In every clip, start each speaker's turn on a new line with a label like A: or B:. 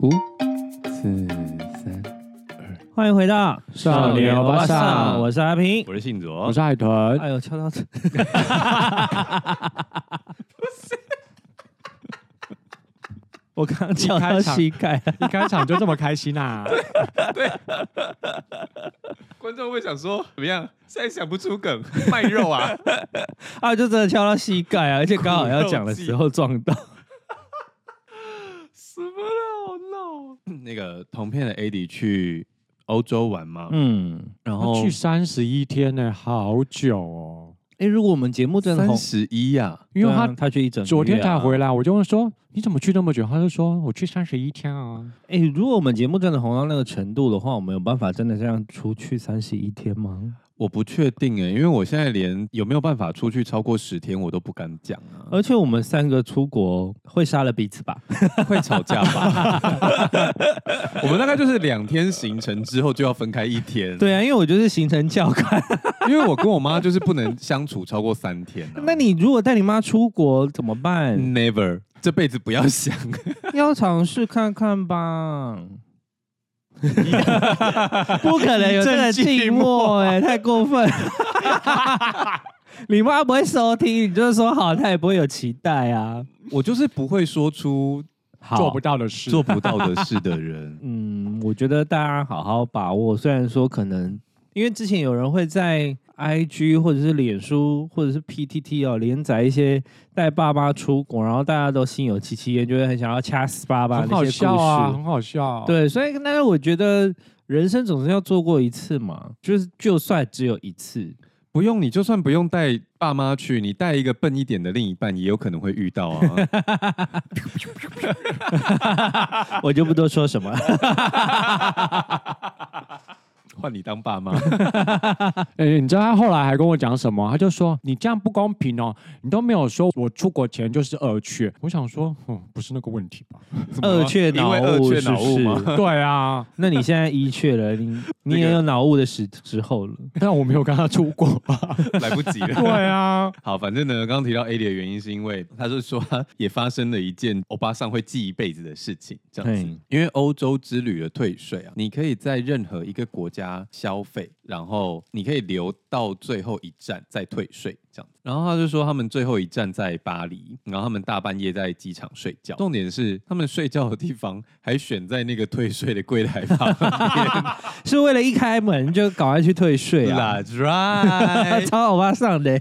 A: 五、四、三，
B: 欢迎回到
A: 少年欧巴桑
B: 我是阿平。
C: 我是信
A: 我
C: 卓，
A: 是海豚。
B: 哎呦，敲到这， 我刚刚敲到膝盖， 啊
D: 你开场就这么开心啊？
C: 观众会想说怎么样？现在想不出梗，卖肉 啊！
B: 啊，就真的敲到膝盖啊，而且刚好要讲的时候撞到。
C: 什么了？好闹、啊那个同片的 AD 去欧洲玩嘛，
B: 嗯，然后
D: 去三十一天呢、好久哦。
B: 哎，如果我们节目真的
C: 三
B: 红，
C: 十一呀，
D: 因为
B: 对啊
D: 他
B: 他去一整个月啊
D: 昨天才回来，我就问说你怎么去那么久？他就说我去三十一天啊。
B: 哎，如果我们节目真的红到那个程度的话，我们有办法真的这样出去三十一天吗？
C: 我不确定哎、因为我现在连有没有办法出去超过十天我都不敢 讲啊，
B: 而且我们三个出国会杀了彼此吧？
C: 会吵架 吧？我们大概就是两天行程之后就要分开一天，，
B: 对啊，因为我就是行程教官。
C: 因为我跟我妈就是不能相处超过三天、
D: 嗯
C: 啊。
B: 那你如果带你妈出国怎么办？
C: never 这辈子不要想，
B: 要尝试看看 吧。不可能有这个寂寞哎、太过 分。你妈不会收听，你就说好，她也不会有期待啊。。
C: 我就是不会说出
D: 做不到的事，
C: 做不到的事的人
B: 嗯，我觉得大家好好把握。虽然说可能，因为之前有人会在 IG 或者是脸书或者是 PTT 哦连载一些带爸妈出国，然后大家都心有戚戚焉，就会很想要掐死爸爸
D: 很
B: 那
D: 好
B: 些故事。
D: 笑啊，很好笑。，
B: 对，所以但是我觉得人生总是要做过一次嘛，就是就算只有一次，
C: 不用，你就算不用带爸妈去，你带一个笨一点的另一半，也有可能会遇 到啊。
B: 我就不多说 什么。
C: 换你当 爸妈，
D: 哎、你知道他后来还跟我讲什么？他就说你这样不公平哦，你都没有说我出国前就是二缺。我想说，嗯，不是那个问题吧？
B: 二雀
C: 因
B: 脑
C: 为二
B: 雾
C: 雀
B: 是
C: 脑
B: 不
C: 雾吗？
B: 是？
D: 对啊，
B: 那你现在一雀了， 你你
C: 那
B: 也
C: 个
B: 有脑雾的时时候了。
D: 但我没有跟他出国吧？
C: 来不及
D: 对
C: 了。
D: 啊，
C: 好，反正呢，刚刚提到 A 的原因是因为他是说他也发生了一件欧巴桑会记一辈子的事情，这样子
B: 嘿。
C: 因为欧洲之旅的退税啊，你可以在任何一个国家消费，然后你可以留到最后一站再退税这样子。然后他就说他们最后一站在巴黎，然后他们大半夜在机场睡觉。重点是他们睡觉的地方还选在那个退税的柜台旁边
B: 是为了一开门就赶快去退税啊
C: ，La！Drive。
B: 超欧巴上的，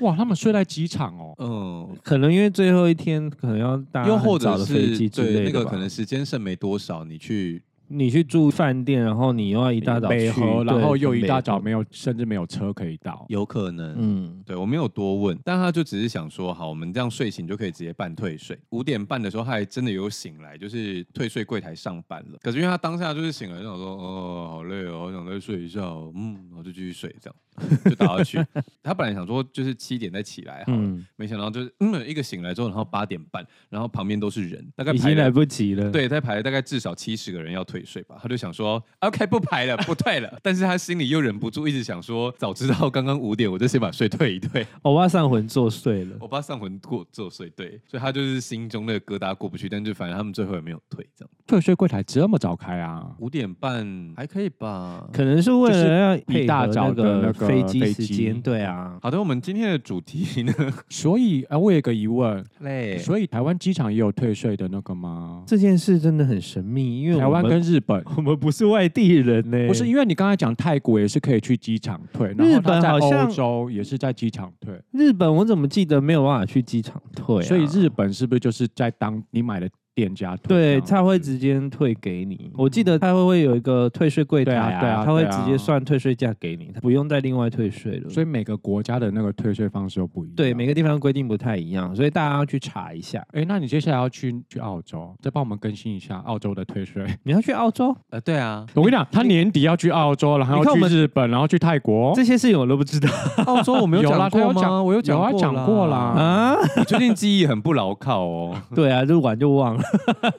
D: 哇，他们睡在机场哦。
C: 嗯，
B: 可能因为最后一天可能要搭
C: 又或
B: 很早
C: 者
B: 的
C: 是
B: 飞机之
C: 对
B: 类
C: 那
B: 的
C: 个
B: 吧
C: 可能时间剩没多少，你去
B: 你去住饭店，然后你又要一大早去
D: 北河，，然
B: 对
D: 后又一大早没有，甚至没有车可以到。
C: 有可能。
B: 嗯，
C: 对我没有多问，但他就只是想说，好，我们这样睡醒就可以直接办退税。五点半的时候，他还真的有醒来，就是退税柜台上班了。可是因为他当下就是醒来，就想说，哦，好累哦，好想再睡一下、哦，嗯，然后就继续睡，这样 就打下去。他本来想说就是七点再起来，嗯，
B: 嗯，
C: 没想到就是嗯一个醒来之后，然后八点半，然后旁边都是人，大概
B: 已
C: 排
B: 经
C: 了
B: 来不及了。
C: 对，他排了大概至少七十个人要退税吧，他就想说 OK 不排了，不退了。 但是他心里又忍不住一直想说，早知道刚刚五点我就先把税退一退。
B: 欧巴上魂作祟了。
C: 我爸上魂过做税，对，所以他就是心中那个疙瘩过不去，但就反正他们最后也没有退，这样
D: 退税柜台这么早开啊？
C: 五点半还可以吧。
B: 可能是为
D: 就
B: 了
D: 是
B: 要
D: 一
B: 配
D: 大
B: 合
D: 早
B: 那
D: 的那
B: 个
D: 个
B: 飞机
D: 飞
B: 时
D: 机
B: 间，对啊，
C: 好的，我们今天的主题呢？
D: 所以，哎、我有一个疑问，
B: 哎
C: 嘞
D: 所以台湾机场也有退税的那个吗？
B: 这件事真的很神秘，因为
D: 台
B: 我
D: 湾
B: 们哎
D: 跟日本
B: 我们不是外地人呢、
D: 不是，因为你刚才讲泰国也是可以去机场退，然
B: 日
D: 后
B: 本
D: 它在
B: 好像
D: 欧洲也是在机场退，
B: 日本，我怎么记得没有办法去机场退啊、
D: 所以日本是不是就是在当你买的店家退这
B: 对
D: 样子？
B: 他会直接退给你。我记得他会会有一个退税柜台
D: 对啊对啊
B: 他会
D: 对啊
B: 直接算退税价给你，他不用再另外退税了。
D: 所以每个国家的那个退税方式又不一样。
B: 对每个地方规定不太一样，所以大家要去查一下。
D: 哎、那你接下来要去去澳洲，再帮我们更新一下澳洲的退税。
B: 你要去澳洲，
C: 呃，对啊，
D: 我跟你讲，他年底要去澳洲，然后
B: 你看
D: 要
B: 我
D: 去
B: 们
D: 日本，然后去泰国。
B: 这些事情我都不知道
C: 澳洲我没
D: 有啦
C: 讲
D: 他有
C: 过吗？
D: 讲
C: 我有讲
D: 有啊
C: 过
D: 讲过啦
B: 啊。
C: 你最近记忆很不牢靠哦，
B: 对啊，就玩就忘了。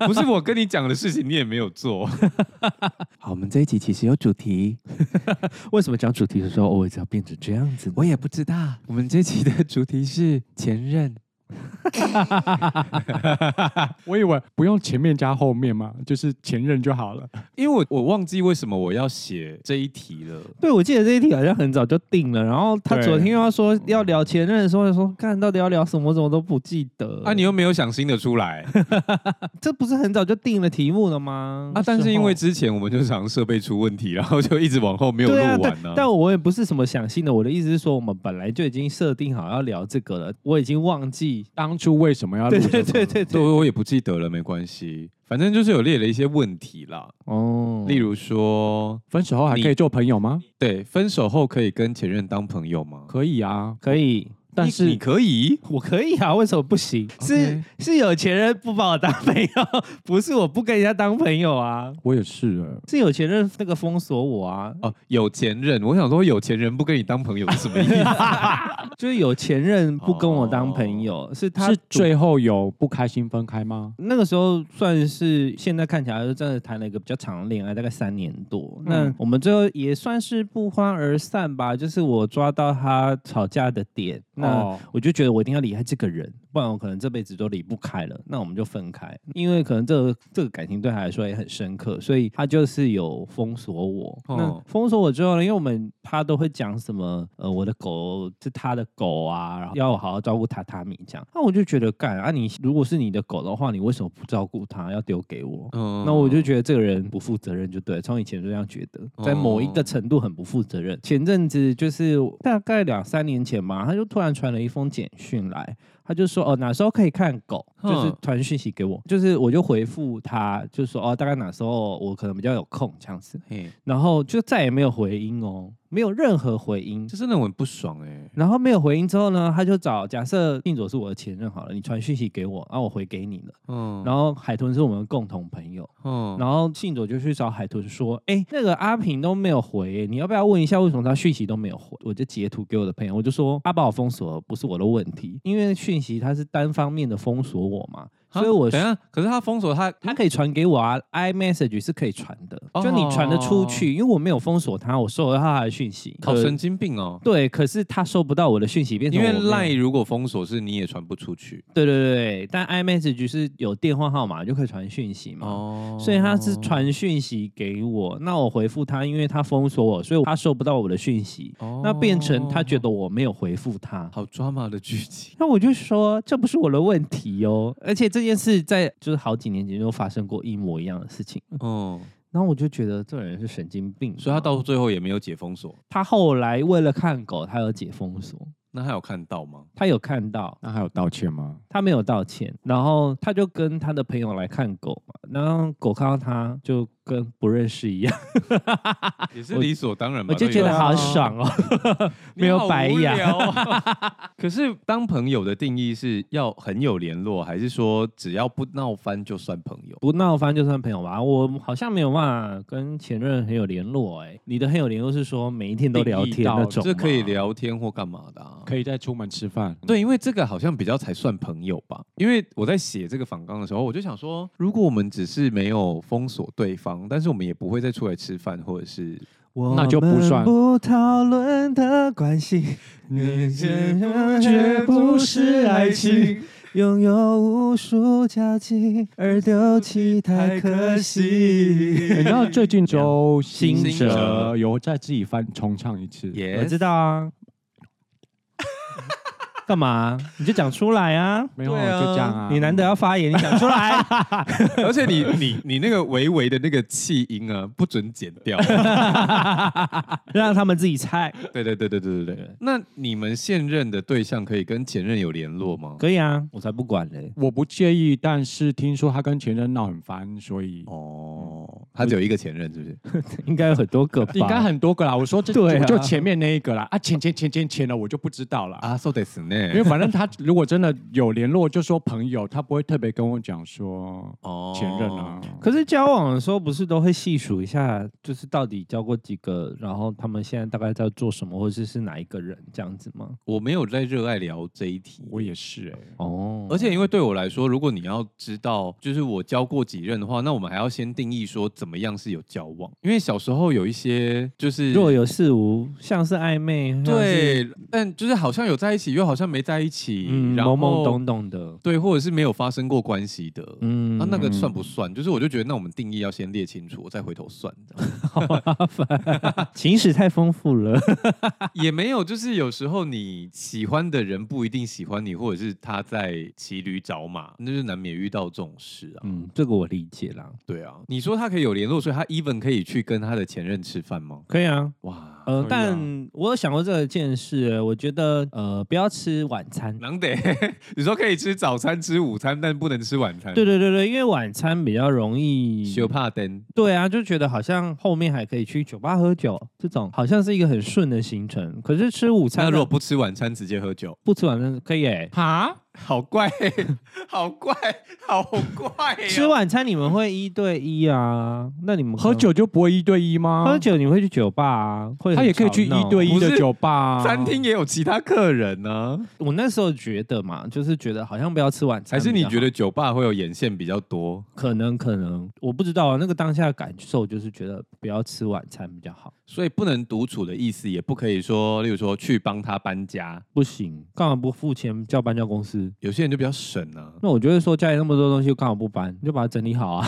C: 不是我跟你讲的事情，你也没有做。
A: 好，我们这一集其实有主题，
B: 为什么讲主题的时候，我一直要变成这样子呢？
A: 我也不知道。我们这一集的主题是前任。
D: 我以为不用前面加后面嘛，就是前任就好了。
C: 因为我我忘记为什么我要写这一题了。
B: 对，我记得这一题好像很早就定了，然后他
D: 对
B: 昨天又要说要聊前任的时候，就说看到底要聊什么，我怎么都不记得。
C: 啊，你又没有想新的 出来
B: 这不是很早就定了题目了吗？
C: 啊！但是因
B: 时候
C: 为之前我们就常设备出问题，然后就一直往后没有录
B: 对啊，
C: 完
B: 但
C: 呢、
B: 但我也不是什么想新的，我的意思是说，我们本来就已经设定好要聊这个了，我已经忘记。
D: 当初为什么要录
B: 对
D: 这
B: 对
D: 个？
B: 对对
C: 对，
B: 对，
C: 我也不记得了，没关系，反正就是有列了一些问题啦，
B: 哦
C: 例如说，
D: 分手后还可以做朋友吗？
C: 对，分手后可以跟前任当朋友吗？
D: 可以啊，
B: 可以，
D: 但
C: 你
D: 是
C: 可以，
B: 我可以啊，为什么不行？是是有钱人不把我当朋友， 不是我不跟人家当朋友啊，
D: 我也是欸
B: 是有钱人那个封锁我啊，
C: 哦，有钱人，我想说有钱人不跟你当朋友是什么意思？
B: 就是有钱人不跟我当朋友，是他
D: 哦是
B: 主
D: 最后有不开心分开吗？
B: 那个时候算是现在看起来就真的谈了一个比较长的恋爱，大概三年
D: 嗯
B: 多。那我们最后也算是不欢而散吧，就是我抓到他吵架的点，那
D: 哦
B: 我就觉得我一定要离开这个人，不然我可能这辈子都离不开了。那我们就分开，因为可能这个这个感情对他来说也很深刻，所以他就是有封锁我。
C: 哦
B: 那封锁我之后呢，因为我们他都会讲什么，呃，我的狗是他的狗啊，然后要我好好照顾榻榻米这样。那我就觉得，干啊你，如果是你的狗的话，你为什么不照顾它，要丢给我？
C: 嗯
B: 那哦我就觉得这个人不负责任，就对了，从以前就这样觉得，在某一个程度很不负责任。前阵子就是大概两三年前吧，他就突然传了一封简讯来，他就说哦哪时候可以看 狗，就是
C: 嗯
B: 传讯息给我，就是我就回复他，就说哦大概哪时候我可能比较有空这样子，
C: 嘿，
B: 然后就再也没有回音哦，没有任何回音
C: 这。真的我很不爽哎、
B: 然后没有回音之后呢，他就找假设定佐是我的前任好了，你传讯息给我，然、后我回给你了。
C: 嗯，
B: 然后海豚是我们共同朋友，
C: 嗯，
B: 然后信佐就去找海豚说：“哎、那个阿平都没有回耶、你要不要问一下为什么他讯息都没有回？”我就截图给我的朋友，我就说：“他把我封锁了，不是我的问题，因为讯息他是单方面的封锁我嘛，
C: 啊
B: 所以我
C: 等一下，可是他封锁他，
B: 他可以传给我啊，iMessage 是可以传的，
C: 哦
B: 就你传得出去，因为我没有封锁他，我收得到他的讯息。
C: 好
B: 可
C: 神经病哦。
B: 对，可是他收不到我的讯息，变成
C: 因为
B: 我没有
C: 赖如果封锁是你也传不出去
B: 对对对对，但 iMessage 是有电话号码就可以传讯息嘛。
C: 哦
B: 所以他是传讯息给我，那我回复他，因为他封锁我，所以他收不到我的讯息，
C: 哦
B: 那变成他觉得我没有回复他。
C: 好 drama 的剧情，
B: 那我就说这不是我的问题哟、而且这件事在就是好几年前就发生过一模一样的事情，
C: 嗯，
B: 然后我就觉得这人是神经病。啊
C: 所以他到最后也没有解封锁，
B: 他后来为了看狗，他有解封锁，
C: 那他有看到吗？
B: 他有看到，
D: 那还有道歉吗？
B: 他没有道歉，然后他就跟他的朋友来看狗嘛，然后狗看到他就跟不认识一样，
C: 也是理所当然吧，
B: 我就觉得好爽哦，
C: 都
B: 没
C: 有，
B: 有白养
C: 你。好无聊哦 可是当朋友的定义是要很有联络，还是说只要不闹翻就算朋友？
B: 不闹翻就算朋友吧。我好像没有办法跟前任很有联络哎、你的很有联络是说每一天都聊天那种吗，
C: 这可以聊天或干嘛的、啊？
D: 可以再出门吃饭。
C: 对，因为这个好像比较才算朋友吧。因为我在写这个访纲的时候，我就想说，如果我们只是没有封锁对方，但是我们也不会再出来吃饭，或者是
B: 我
D: 那就不
B: 们
D: 算
B: 不讨论的关系，绝不是爱 情，拥有无数交集，而丢弃太可惜。
D: 你知道最近周
B: 星
D: 星
C: 哲
D: 哲有再自己翻重唱一次，
C: 也
B: 我知道啊， 干嘛？你就讲出来啊！
D: 没有
C: 对啊
D: 就这样啊。
B: 你难得要发言，你讲出来。
C: 而且你你你那个微微的那个气音啊，不准剪 掉。
B: 让他们自己猜。
C: 对对对对对对对。那你们现任的对象可以跟前任有联络吗？
B: 可以啊，我才不管嘞。
D: 我不介意，但是听说他跟前任闹很翻，所以
C: 哦，他只有一个前任，是不是？
B: 应该有很多个吧？
D: 应该很多个啦。我说这
B: 对啊
D: 我就前面那一个啦，啊前前前前前了，我就不知道了。
C: 啊，so this
D: 因
C: 呢
D: 为？反正他如果真的有联络，就说朋友，他不会特别跟我讲说
C: 哦
D: 前任啊。。
B: 可是交往的时候不是都会细数一下，就是到底交过几个，然后他们现在大概在做什么，或者是哪一个人这样子吗？
C: 我没有在热爱聊这一题，
D: 我也是哎、
B: 哦，
C: 而且因为对我来说，如果你要知道就是我交过几任的话，那我们还要先定义说怎怎么样是有交往，因为小时候有一些就是
B: 若有似无，像是暧昧，像是，
C: 对，但就是好像有在一起，又好像没在一起，
B: 嗯，
C: 然后
B: 懵懵懂懂的，
C: 对，或者是没有发生过关系的，
B: 嗯，
C: 啊，那个算不算？就是我就觉得，那我们定义要先列清楚，我再回头算。这样
B: 嗯情史太丰富了，
C: 也没有，就是有时候你喜欢的人不一定喜欢你，或者是他在骑驴找马，那就是难免遇到这种事啊。
B: 嗯，这个我理解啦，
C: 对啊，你说他可以有联络，所以他 even 可以去跟他的前任吃饭吗？
B: 可以啊，
C: 哇，
B: 呃，
D: 可以啊
B: 但我有想过这件事，我觉得呃，不要吃晚餐。
C: 能得 你说可以吃早餐、吃午餐，但不能吃晚餐。
B: 对对对对，因为晚餐比较容易
C: 修帕登，
B: 对啊，就觉得好像后面还可以去酒吧喝酒，这种好像是一个很顺的行程。可是吃午餐
C: 那
B: 呢，
C: 如果不吃晚餐，直接喝酒，
B: 不吃晚餐可以欸诶、
D: 哈，
C: 好怪， 好怪，好怪、 哦！
B: 吃晚餐你们会一对一啊？那你们可能
D: 喝、酒就不会一对一吗？
B: 喝，酒你会去酒吧啊？会
D: 他
B: 很
D: 也可以
B: 吵
D: 去一
B: 闹
D: 对一
C: 不
D: 的
C: 是
D: 酒吧啊、
C: 餐厅也有其他客人呢、
B: 我那时候觉得嘛，就是觉得好像不要吃晚餐
C: 还
B: 比较
C: 是
B: 好，
C: 你觉得酒吧会有眼线比较多？
B: 可能可能我不知道啊，那个当下的感受就是觉得不要吃晚餐比较好。
C: 所以不能独处的意思，也不可以说，例如说去帮他搬家。
B: 不行，干嘛不付钱叫搬家公司？
C: 有些人就比较省啊。
B: 那我就会说家里那么多东西，干嘛不搬？你就把它整理好啊。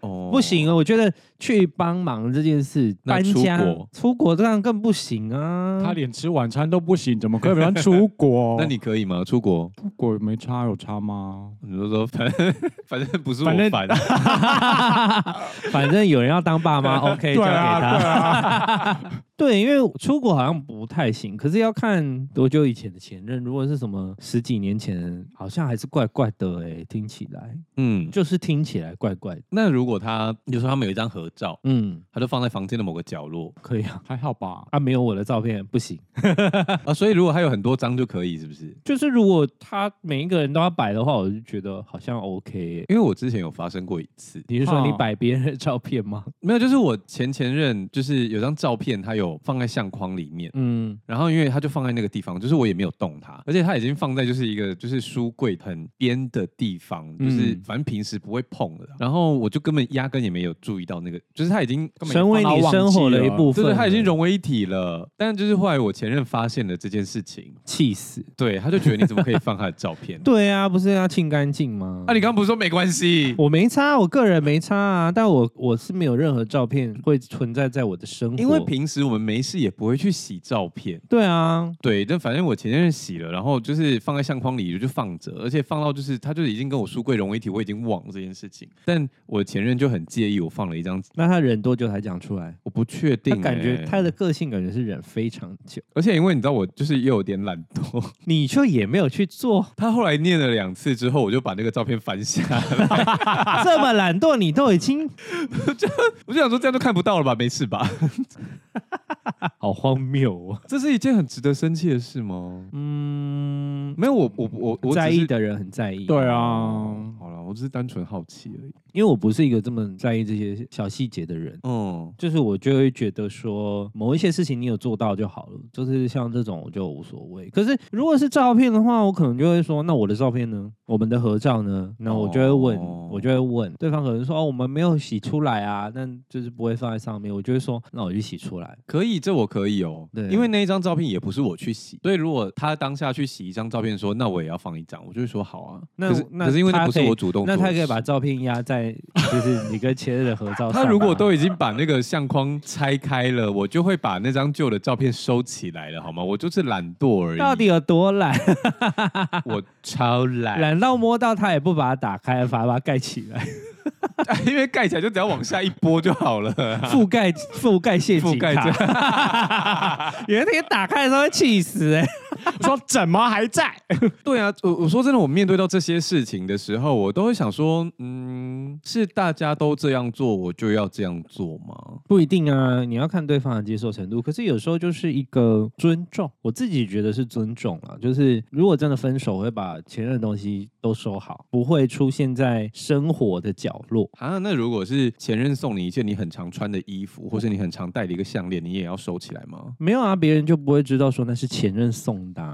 C: 哦
B: 不行，啊！我觉得去帮忙这件事，
C: 那
B: 搬
C: 出
B: 家
C: 国
B: 出国当然更不行啊。
D: 他连吃晚餐都不行，怎么可能出国？
C: 那你可以吗？出国？
D: 出国没差有差吗？
C: 你就说反正 反正不是我
D: 反正
C: 烦，
B: 反正有人要当爸 妈，OK，交给他。
D: 啊，
B: 对，因为出国好像不太行，可是要看多久以前的前任。如果是什么十几年前，好像还是怪怪的哎、听起来
C: 嗯，就
B: 就是听起来怪怪的。
C: 那如果他，你说他们有一张合照，
B: 嗯，
C: 他就放在房间的某个角落
B: 可以啊，
D: 还好吧。
B: 啊，没有我的照片不行。
C: 啊，所以如果他有很多张就可以，是不是？
B: 就是如果他每一个人都要摆的话，我就觉得好像 OK 欸、
C: 因为我之前有发生过一次，
B: 你是说你
D: 哦
B: 摆别人的照片吗？
C: 没有，就是我前前任，就是有张照片，他有放在相框里面，
B: 嗯，
C: 然后因为他就放在那个地方，就是我也没有动它，而且它已经放在就是一个就是书柜很边的地方，就是
B: 嗯
C: 反正平时不会碰的。然后我就根本压根也没有注意到那个，就是它已经根本
B: 成为你生活的一部分
C: 对
B: 了，
C: 对，它已经融为一体了。但就是后来我前任发现了这件事情，
B: 气死。？
C: 对，他就觉得你怎么可以放他的照片
B: 对啊，不是要清干净吗？
C: 啊，你刚刚不是说没关系？
B: 我没差，我个人没差啊，但我我是没有任何照片会存在在我的生活，
C: 因为平时我们没事也不会去洗照片。
B: 对啊，
C: 对，但反正我前任洗了，然后就是放在相框里就放着，而且放到就是他就是已经跟我书柜融为一体，我已经忘了这件事情。但我前任就很介意我放了一张，
B: 那他忍多久才讲出来？
C: 我不确定、
B: 他感觉
C: 欸
B: 他的，个性感觉是忍非常久，
C: 而且因为你知道我就是又有点懒惰， ，
B: 你就也没有去做
C: 他后来念了两次之后，我就把那个照片翻下来，
B: 这么懒惰，你都已经
C: 我就想说这样就看不到了吧，没事吧？
B: 好荒谬哦。
C: 这是一件很值得生气的事吗？
B: 嗯，
C: 没有，我我我我
B: 在
C: 只
B: 意
C: 是
B: 的人很在意，
D: 对啊，
C: 哦，好了，我只是单纯好奇而已。
B: 因为我不是一个这么在意这些小细节的人，
C: 嗯，
B: 就是我就会觉得说，某一些事情你有做到就好了，就是像这种我就无所谓。可是如果是照片的话，我可能就会说，那我的照片呢？我们的合照呢？那我就会问，
C: 哦
B: 我就会问对方，可能说哦，我们没有洗出来啊，但就是不会放在上面。我就会说，那我就洗出来。
C: 可以，这我可以哦。
B: 对
C: 因为那一张照片也不是我去洗，所以如果他当下去洗一张照片说，那我也要放一张，我就会说好啊。
B: 那
C: 可是
B: 那
C: 可是因为
B: 他
C: 那不是
B: 可以
C: 我主动做
B: 那
C: 的事，
B: 他可以把照片压在 就是你跟前任的合照上、啊
C: 他如果。都已经把那个相框拆开了，我就会把那张旧的照片收起来了，好吗？我就是懒惰而已。
B: 到底有多懒？
C: 我超懒，
B: 懒到摸到它也不把它打开，反而把它盖起来，
C: 因为盖起来就只要往下一拨就好了。
B: 覆盖覆盖陷阱
C: 覆盖
B: 卡
C: 这。
B: 有一天打开的时候会气死哎、
D: 说怎么还在？
C: 对啊，我我说真的，我面对到这些事情的时候，我都会想说，嗯，是大家都这样做，我就要这样做吗？
B: 不一定啊，你要看对方的接受程度。可是有时候就是一个尊重，我自己觉得是尊重啊。就是如果真的分手，我会把前任的东西都收好，不会出现在生活的角落。
C: 啊，那如果是前任送你一件你很常穿的衣服，或是你很常戴的一个项链，你也要收起来吗？
B: 没有啊，别人就不会知道说那是前任送的、啊。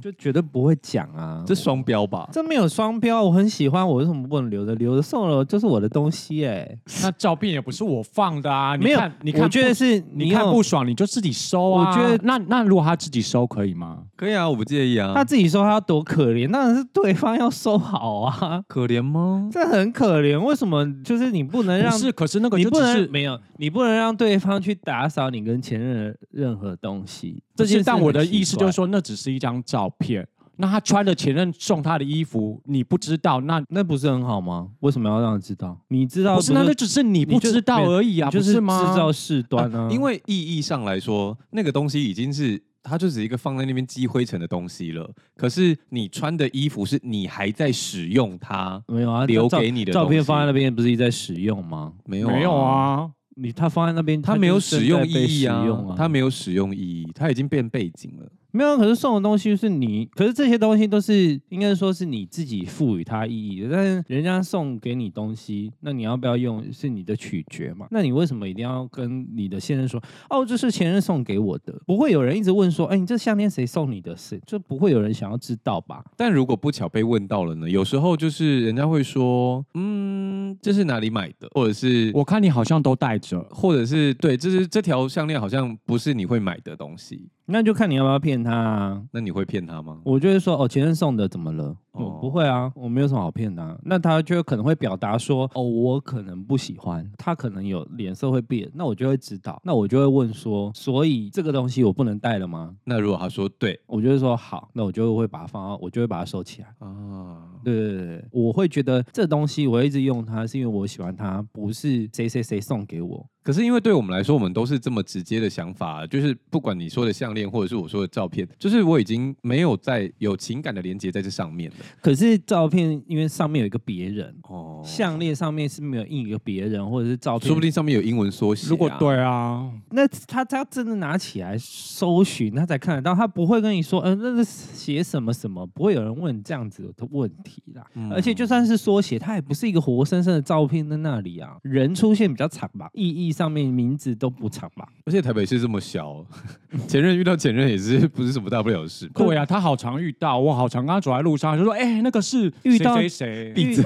B: 就绝对不会讲啊。
C: 这双标吧？
B: 这没有双标，我很喜欢，我为什么不能留着？留着送了就是我的东西哎、
D: 那照片也不是我放的啊，
B: 没有
D: 你看，你看
B: 我
D: 不
B: 觉得是
D: 你
B: 你
D: 看
B: 有
D: 不爽你就自己收啊。
B: 我觉得
D: 那那如果他自己收可以吗？
C: 可以啊，我不介意啊。
B: 他自己说他要多可怜，当然是对方要收好啊，
C: 可怜吗？
B: 这很可怜。为什么就是你不能
D: 不
B: 让
D: 是，可是那个
B: 你
D: 就
B: 不
D: 只
B: 能
D: 是。
B: 没有，你不能让对方去打扫你跟前任的任何东西。这
D: 这
B: 件
D: 些，
B: 事
D: 但我的
B: 很奇
D: 意思就是
B: 怪，
D: 说，那只是一张照片。那他穿了前任送他的衣服，你不知道，那
B: 那不是很好吗？为什么要让他知道？你知道
D: 不是那
B: 就
D: 那只是你不
B: 你就
D: 知道而已啊，
B: 你就
D: 不是吗？
B: 制造事端啊，
C: 因为意义上来说，那个东西已经是它就是一个放在那边积灰尘的东西了。可是你穿的衣服是你还在使用它，
B: 没有啊，
C: 留
B: 照
C: 给你的
B: 照片
C: 东西
B: 放在那边不是一直在使用吗？
C: 没有
D: 没有，啊，
B: 你他放在那边，
C: 它没有
B: 就是
C: 使用
B: 正在被
C: 意义
B: 使
C: 啊
B: 用，
C: 它没有使用意义，它已经变背景了。
B: 没有，可是送的东西是你，可是这些东西都是应该说是你自己赋予它意义的。但是人家送给你东西，那你要不要用是你的取决嘛？那你为什么一定要跟你的现任说，哦，这是前任送给我的？不会有人一直问说，哎，你这项链谁送你的事？就不会有人想要知道吧？
C: 但如果不巧被问到了呢？有时候就是人家会说，嗯，这是哪里买的，或者是
D: 我看你好像都带着。
C: 或者是对，这是这条项链好像不是你会买的东西，
B: 那就看你要不要骗他啊。
C: 那你会骗他吗？
B: 我就会说哦，前任送的怎么了？我
C: 哦
B: 不会啊，我没有什么好骗的、啊。那他就可能会表达说哦，我可能不喜欢，他可能有脸色会变，那我就会知道，那我就会问说，所以这个东西我不能带了吗？
C: 那如果他说对
B: 我就会说好，那我就会把它放到，我就会把它收起来。
C: 啊，
B: 对对对对，我会觉得这东西我会一直用它，是因为我喜欢它，不是谁谁谁送给我。
C: 可是因为对我们来说，我们都是这么直接的想法，就是不管你说的项链或者是我说的照片，就是我已经没有在有情感的连接在这上面了。
B: 可是照片因为上面有一个别人，
C: 哦，
B: 项链上面是没有印一个别人，或者是照片，
C: 说不定上面有英文缩写啊、
D: 如果对啊，
B: 那他他真的拿起来搜寻，他才看得到，他不会跟你说，嗯、那是写什么什么，不会有人问这样子的问题啦。
C: 嗯
B: 而且就算是缩写，它也不是一个活生生的照片在那里啊，人出现比较长吧，意义上面名字都不长吧。
C: 而且台北市这么小， 前任遇到前任也是不是什么大不了的事吧。
D: 对啊，他好常遇到，我好常跟他走在路上，就说：“哎、那个是
B: 遇到
D: 谁谁谁。
B: 闭嘴！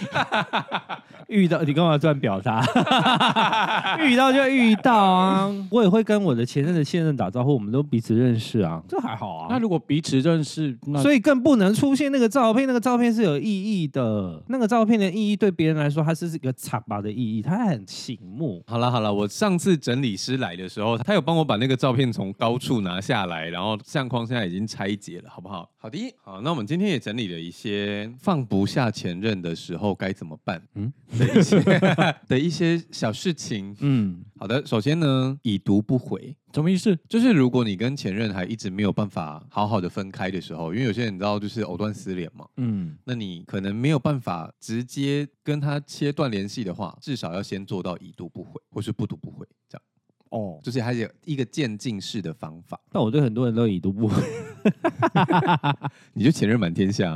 B: 遇到你干嘛乱表达？ 遇到就遇到啊，我也会跟我的前任的现任打招呼，我们都彼此认识啊，这还好啊。
D: 那如果彼此认识，那
B: 所以更不能出现那个照片，那个照片是有意义的。那个照片的意义对别人来说，它是一个插拔的意义，它很醒目。
C: 好了好了，我上次整理师来的时候，他有帮我把那个照片从高处拿下来，然后相框现在已经拆解了，好不好？好的，好，那我们今天也整理了一些放不下前任的时候该怎么办，嗯
B: 嗯，
C: 的一些的一些小事情。
B: 嗯，
C: 好的，首先呢，已读不回，
D: 什么意思？
C: 就是如果你跟前任还一直没有办法好好的分开的时候，因为有些人你知道就是藕断丝连嘛，
B: 嗯，
C: 那你可能没有办法直接跟他切断联系的话，至少要先做到已读不回，或是不读不回这样。
D: 哦，
C: 就是还有一个渐进式的方法，
B: 但我对很多人都已读不 回，
C: 你就前任满天下、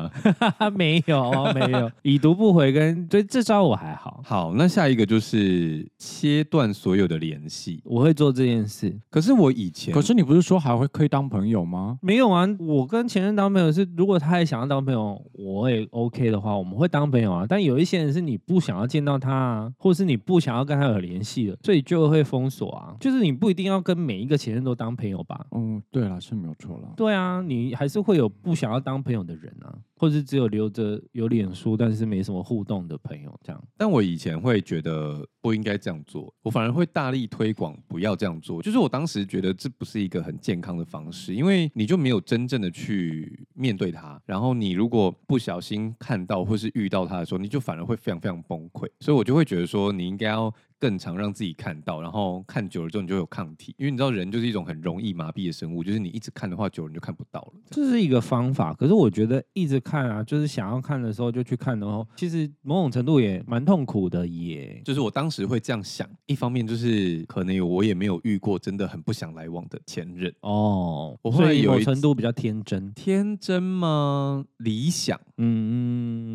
C: 啊。
B: 没有没有，已读不回跟对这招我还好，
C: 好，那下一个就是切断所有的联系。
B: 我会做这件事。
C: 可是我以前，
D: 可是你不是说还会可以当朋友吗？
B: 没有啊，我跟前任当朋友是，如果他也想要当朋友，我也 OK 的话，我们会当朋友啊。但有一些人是你不想要见到他啊，或是你不想要跟他有联系的，所以就会封锁啊。就是你不一定要跟每一个前任都当朋友吧。
D: 嗯，对了，是没有错了。
B: 对啊，你还是会有不想要当朋友的人啊，或是只有留着有脸书，但是没什么互动的朋友这样。
C: 但我以前会觉得不应该这样做，我反而会大力推广不要这样做。就是我当时觉得这不是一个很健康的方式，因为你就没有真正的去面对他，然后你如果不小心看到或是遇到他的时候，你就反而会非常非常崩溃。所以我就会觉得说，你应该要更常让自己看到，然后看久了之后你就有抗体，因为你知道人就是一种很容易麻痹的生物，就是你一直看的话，久了你就看不到了。
B: 这是一个方法，可是我觉得一直看啊，就是想要看的时候就去看，然后其实某种程度也蛮痛苦的耶。
C: 就是我当时会这样想，一方面就是可能有我也没有遇过真的很不想来往的前任。
B: 哦，
C: 我
B: 所
C: 会
B: 以
C: 有
B: 某
C: 一
B: 程
C: 次
B: 度比较天真，
C: 天真吗？理想，
B: 嗯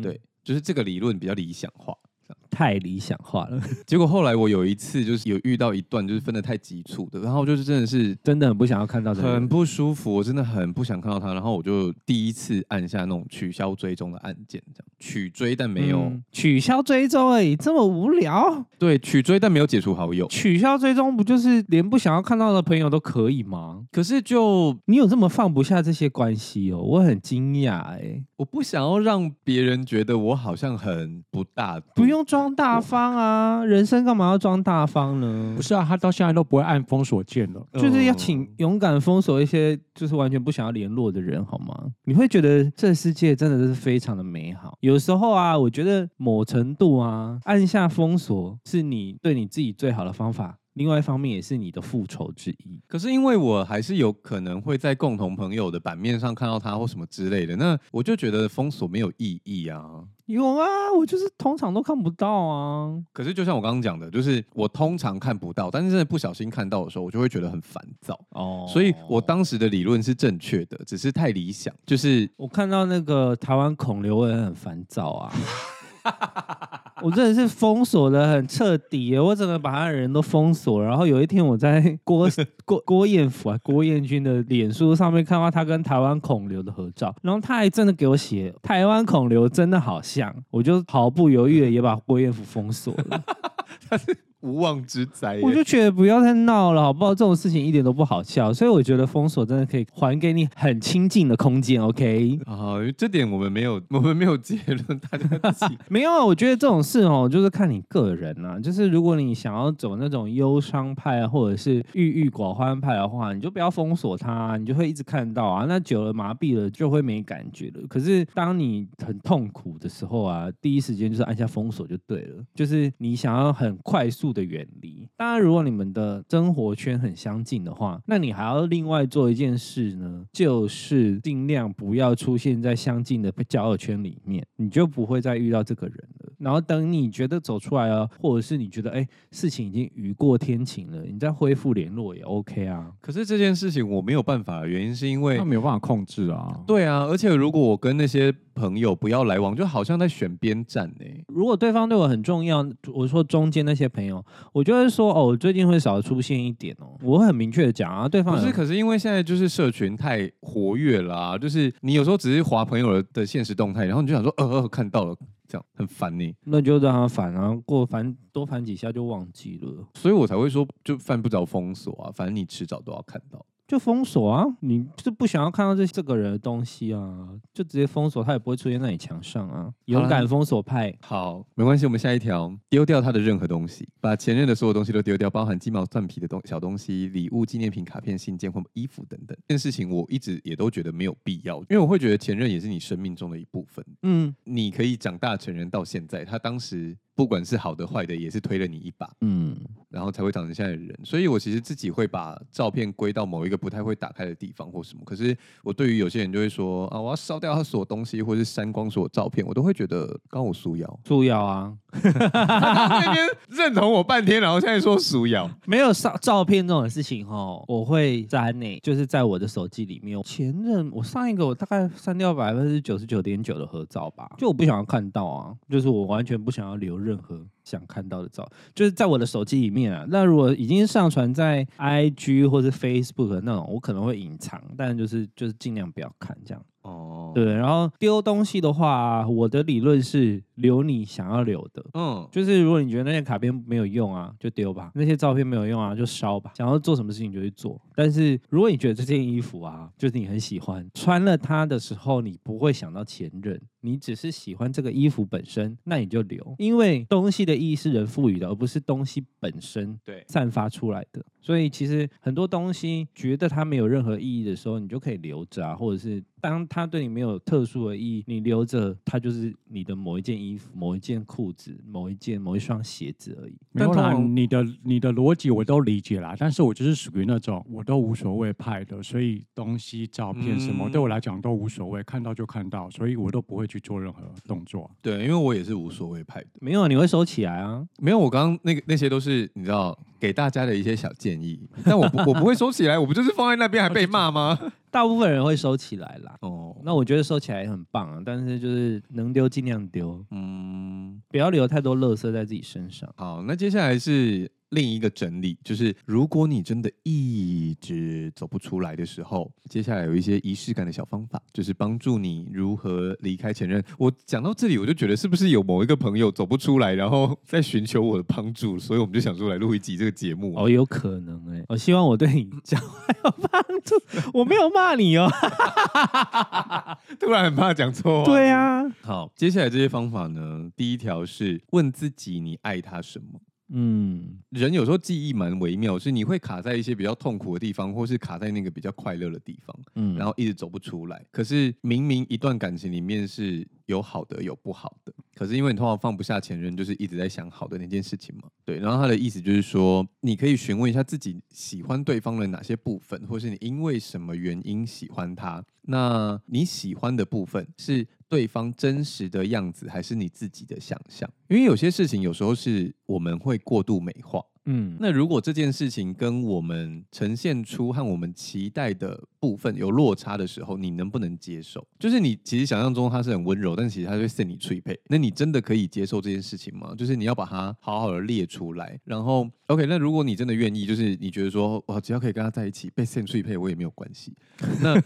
B: 嗯，嗯
C: 对，就是这个理论比较理想化。这样
B: 太理想化了，
C: 结果后来我有一次就是有遇到一段就是分的太急促的，然后就是真的是
B: 真的很不想要看到这个
C: 很
B: 人。
C: 不舒服，我真的很不想看到他。然后我就第一次按下那种取消追踪的按键，这样取追但没有、
B: 嗯取消追踪而已，这么无聊。
C: 对取追但没有解除好友，
B: 取消追踪不就是连不想要看到的朋友都可以吗？
C: 可是就
B: 你有这么放不下这些关系哦？我很惊讶哎，
C: 我不想要让别人觉得我好像很不大度，
B: 不用装大方啊，人生干嘛要装大方呢
D: 不？是啊，他到现在都不会按封锁键了。
C: 嗯
B: 就是要请勇敢封锁一些就是完全不想要联络的人，好吗？你会觉得这世界真的是非常的美好。有时候啊，我觉得某程度啊，按下封锁是你对你自己最好的方法，另外一方面也是你的复仇之一。
C: 可是因为我还是有可能会在共同朋友的版面上看到他或什么之类的，那我就觉得封锁没有意义啊。
B: 有啊，我就是通常都看不到啊。
C: 可是就像我刚刚讲的，就是我通常看不到，但是真的不小心看到的时候，我就会觉得很烦躁。
B: 哦
C: 所以我当时的理论是正确的，只是太理想，就是
B: 我看到那个台湾孔刘，我也很烦躁啊。我真的是封锁的很彻底耶，我整个把他的人都封锁。然后有一天我在郭郭郭彦甫啊郭彦军的脸书上面看到他跟台湾孔刘的合照，然后他还真的给我写台湾孔刘真的好像，我就毫不犹豫的也把郭彦甫封锁了。
C: 无妄之灾耶。
B: 我就觉得不要再闹了，好不好？这种事情一点都不好笑，所以我觉得封锁真的可以还给你很清静的空间，OK？
C: 啊，这点我们没有，我们没有结论，大家自己
B: 没有啊，我觉得这种事哦，就是看你个人呐、就是如果你想要走那种忧伤派啊，或者是郁郁寡欢派的话，你就不要封锁它、你就会一直看到啊。那久了麻痹了，就会没感觉了。可是当你很痛苦的时候啊，第一时间就是按下封锁就对了，就是你想要很快速的远离。当然，如果你们的生活圈很相近的话，那你还要另外做一件事呢，就是尽量不要出现在相近的交友圈里面，你就不会再遇到这个人了。然后等你觉得走出来了，或者是你觉得哎事情已经雨过天晴了，你再恢复联络也 OK 啊。
C: 可是这件事情我没有办法的原因是因为
D: 他，没有办法控制啊。
C: 对啊，而且如果我跟那些朋友不要来往，就好像在选边站呢、
B: 如果对方对我很重要，我说中间那些朋友，我就会说哦，我最近会少出现一点哦，我会很明确的讲啊，对方
C: 不是，
B: 有
C: 可是因为现在就是社群太活跃啦、就是你有时候只是划朋友的现实动态，然后你就想说，呃呃，看到了，这样很烦你，
B: 那就让他烦啊，过烦多烦几下就忘记了，
C: 所以我才会说，就犯不着封锁啊，反正你迟早都要看到。
B: 就封锁啊！你就不想要看到这这个人的东西啊，就直接封锁，他也不会出现在你墙上啊。勇敢封锁派，
C: 好，没关系，我们下一条，丢掉他的任何东西，把前任的所有东西都丢掉，包含鸡毛蒜皮的东小东西、礼物、纪念品、卡片、信件或衣服等等。这件事情我一直也都觉得没有必要，因为我会觉得前任也是你生命中的一部分。
B: 嗯
C: 你可以长大成人到现在，他当时不管是好的坏的，也是推了你一把，
B: 嗯，
C: 然后才会长成现在的人。所以我其实自己会把照片归到某一个不太会打开的地方或什么。可是我对于有些人就会说啊，我要烧掉他所有东西，或是删光所有照片，我都会觉得刚我苏瑶。
B: 素瑶啊，
C: 他那边认同我半天，然后现在说属羊，
B: 没有照照片这种事情哦，我会删呢、就是在我的手机里面。前任，我上一个我大概删掉百分之九十九点九的合照吧，就我不想要看到啊，就是我完全不想要留任何想看到的照，就是在我的手机里面啊。那如果已经上传在 IG 或是 Facebook 的那种，我可能会隐藏，但就是就是尽量不要看这样。
C: 哦，
B: 对，然后丢东西的话，我的理论是留你想要留的，
C: 嗯，
B: 就是如果你觉得那些卡片没有用啊，就丢吧；那些照片没有用啊，就烧吧。想要做什么事情就去做。但是如果你觉得这件衣服啊，就是你很喜欢，穿了它的时候你不会想到前任，你只是喜欢这个衣服本身，那你就留，因为东西的意义是人赋予的，而不是东西本身
C: 对，
B: 散发出来的。所以其实很多东西觉得它没有任何意义的时候，你就可以留着啊，或者是当它对你没有特殊的意义，你留着它就是你的某一件衣服、某一件裤子、某一件、某一双鞋子而已。
D: 没有
C: 但
D: 啦，
C: 通常
D: 你的你的逻辑我都理解啦，但是我就是属于那种我都无所谓派的，所以东西、照片什么、
C: 嗯
D: 对我来讲都无所谓，看到就看到，所以我都不会去做任何动作。
C: 对，因为我也是无所谓派的，
B: 没有啊，你会收起来啊。
C: 没有，我刚刚那个那些都是你知道给大家的一些小建议，但我不我不会收起来，我不就是放在那边还被骂吗？
B: 大部分人会收起来啦。
C: 哦，
B: 那我觉得收起来也很棒啊，但是就是能丢尽量丢。
C: 嗯，
B: 不要留太多垃圾在自己身上。
C: 好，那接下来是另一个整理，就是如果你真的一直走不出来的时候，接下来有一些仪式感的小方法，就是帮助你如何离开前任。我讲到这里，我就觉得是不是有某一个朋友走不出来，然后在寻求我的帮助，所以我们就想说来录一集这个节目。
B: 哦，有可能哎、我希望我对你讲话有帮助，我没有骂你哦。
C: 突然很怕讲错、啊。
B: 对啊，
C: 好，接下来这些方法呢，第一条是问自己你爱他什么。
B: 嗯，
C: 人有时候记忆蛮微妙，是你会卡在一些比较痛苦的地方，或是卡在那个比较快乐的地方，
B: 嗯
C: 然后一直走不出来。可是明明一段感情里面是有好的有不好的，可是因为你通常放不下前任，就是一直在想好的那件事情嘛。对，然后他的意思就是说，你可以询问一下自己喜欢对方的哪些部分，或是你因为什么原因喜欢他。那你喜欢的部分是对方真实的样子，还是你自己的想象？因为有些事情有时候是我们会过度美化，
B: 嗯，
C: 那如果这件事情跟我们呈现出和我们期待的部分有落差的时候，你能不能接受？就是你其实想象中他是很温柔，但其实他会塞你脆配。那你真的可以接受这件事情吗？就是你要把它好好的列出来。然后，OK，那如果你真的愿意，就是你觉得说，哇，只要可以跟他在一起，被塞脆配我也没有关系。那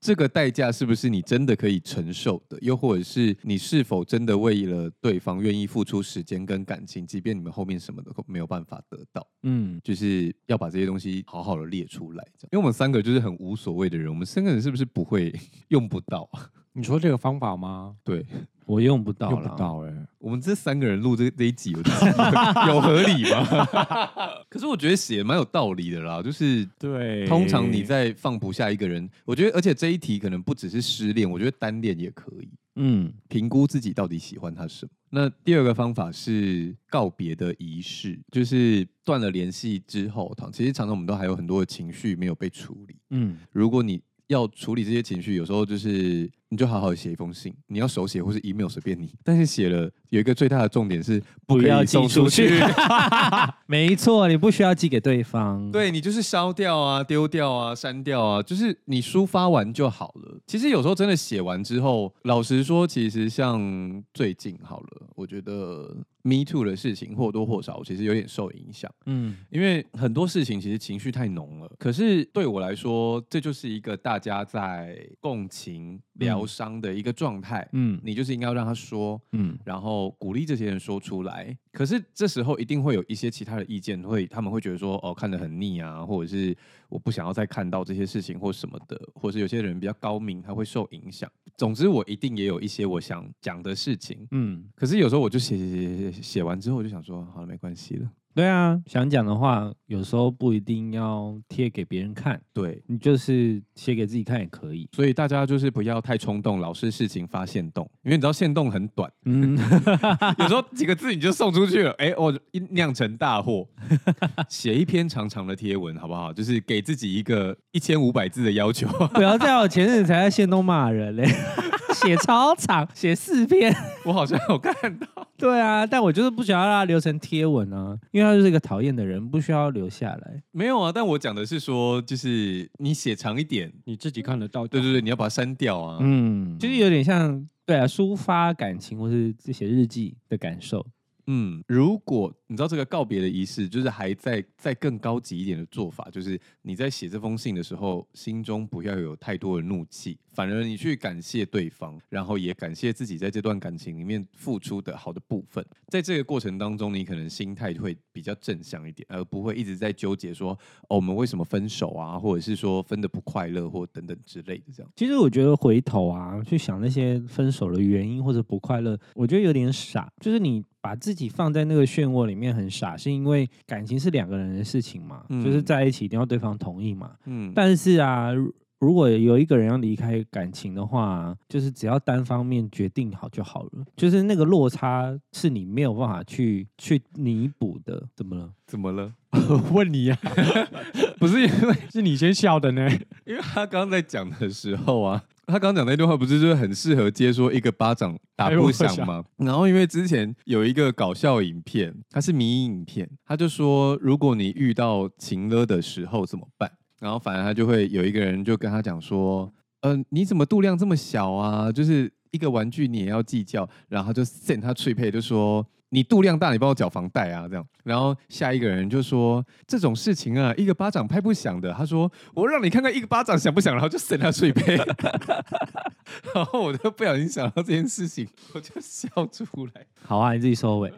C: 这个代价是不是你真的可以承受的？又或者是你是否真的为了对方愿意付出时间跟感情，即便你们后面什么都没有办法得到，
B: 嗯，
C: 就是要把这些东西好好的列出来。这样因为我们三个就是很无所谓的人，我们三个人是不是不会 用不到啊？
D: 你说这个方法吗？
C: 对
B: 我用不到
D: 用不
B: 了。
D: 到哎、
C: 我们这三个人录这这一集有有合理吗？可是我觉得写蛮有道理的啦，就是
D: 对
C: 通常你在放不下一个人，我觉得而且这一题可能不只是失恋，我觉得单恋也可以。
B: 嗯，
C: 评估自己到底喜欢他什么。那第二个方法是告别的仪式，就是断了联系之后，常其实常常我们都还有很多的情绪没有被处理。
B: 嗯
C: 如果你要处理这些情绪，有时候就是你就好好写一封信，你要手写或是 email 随便你。但是写了有一个最大的重点是
B: 不
C: 不可
B: 要
C: 以
B: 寄
C: 送
B: 出
C: 出
B: 去
C: 去，
B: 没错，你不需要寄给对方。，
C: 对你就是烧掉啊、丢掉啊、删掉啊，就是你抒发完就好了。其实有时候真的写完之后，老实说，其实像最近好了，我觉得 Me Too 的事情或多或少其实有点受影响，
B: 嗯
C: 因为很多事情其实情绪太浓了。可是对我来说，这就是一个大家在共情疗伤的一个状态。
B: 嗯
C: 你就是应该要让他说，
B: 嗯
C: 然后鼓励这些人说出来。可是这时候一定会有一些其他的意见，会他们会觉得说，哦，看得很腻啊，或者是我不想要再看到这些事情或什么的，或者是有些人比较高明，他会受影响。总之，我一定也有一些我想讲的事情。
B: 嗯，
C: 可是有时候我就写写写写写写完之后，我就想说，好了，没关系了。
B: 对啊，想讲的话，有时候不一定要贴给别人看，
C: 对，
B: 你就是写给自己看也可以。
C: 所以大家就是不要太冲动，老是事情发现动，因为你知道现动很短，
B: 嗯，
C: 有时候几个字你就送出去了，哎、我一酿成大祸。写一篇长长的贴文好不好？就是给自己一个一千五百字的要求。
B: 不要在我前阵子才在线东骂人 嘞、写超长，写四篇。
C: 我好像有看到，
B: 对啊，但我就是不想要让它留成贴文啊，因为他就是一个讨厌的人，不需要留下来。
C: 没有啊？但我讲的是说，就是你写长一点，
D: 你自己看得到，
C: 对对对，你要把它删掉啊。
B: 嗯，其实有点像对啊，抒发感情或是写日记的感受。
C: 嗯，如果你知道这个告别的仪式，就是还在在更高级一点的做法，就是你在写这封信的时候，心中不要有太多的怒气，反而你去感谢对方，然后也感谢自己在这段感情里面付出的好的部分。在这个过程当中，你可能心态会比较正向一点，而不会一直在纠结说哦，我们为什么分手啊，或者是说分的不快乐或等等之类的这样。
B: 其实我觉得回头啊，去想那些分手的原因或者不快乐，我觉得有点傻。就是你把自己放在那个漩涡里面很傻，是因为感情是两个人的事情嘛，
C: 嗯
B: 就是在一起一定要对方同意嘛。
C: 嗯，
B: 但是啊，如如果有一个人要离开感情的话，就是只要单方面决定好就好了，就是那个落差是你没有办法去去弥补的。怎么了？
C: 怎么了？
D: 问 你呀、
C: 啊不是因为。
D: 是你先笑 的呢。
C: 因为他刚刚在讲的时候啊，他刚刚讲那段话不是就是很适合接说一个巴掌打不响吗？然后因为之前有一个搞笑影片，它是迷因影片，他就说如果你遇到情勒的时候怎么办？然后反而他就会有一个人就跟他讲说，呃，你怎么度量这么小啊？就是一个玩具你也要计较，然后他就 send 他翠佩就说你肚量大，你帮我缴房贷啊这样，然后下一个人就说这种事情啊，一个巴掌拍不响的，他说我让你看看一个巴掌响不响，然后就 send 他翠佩， 然后我就不小心想到这件事情，我就笑出来。
B: 好啊，你自己收尾。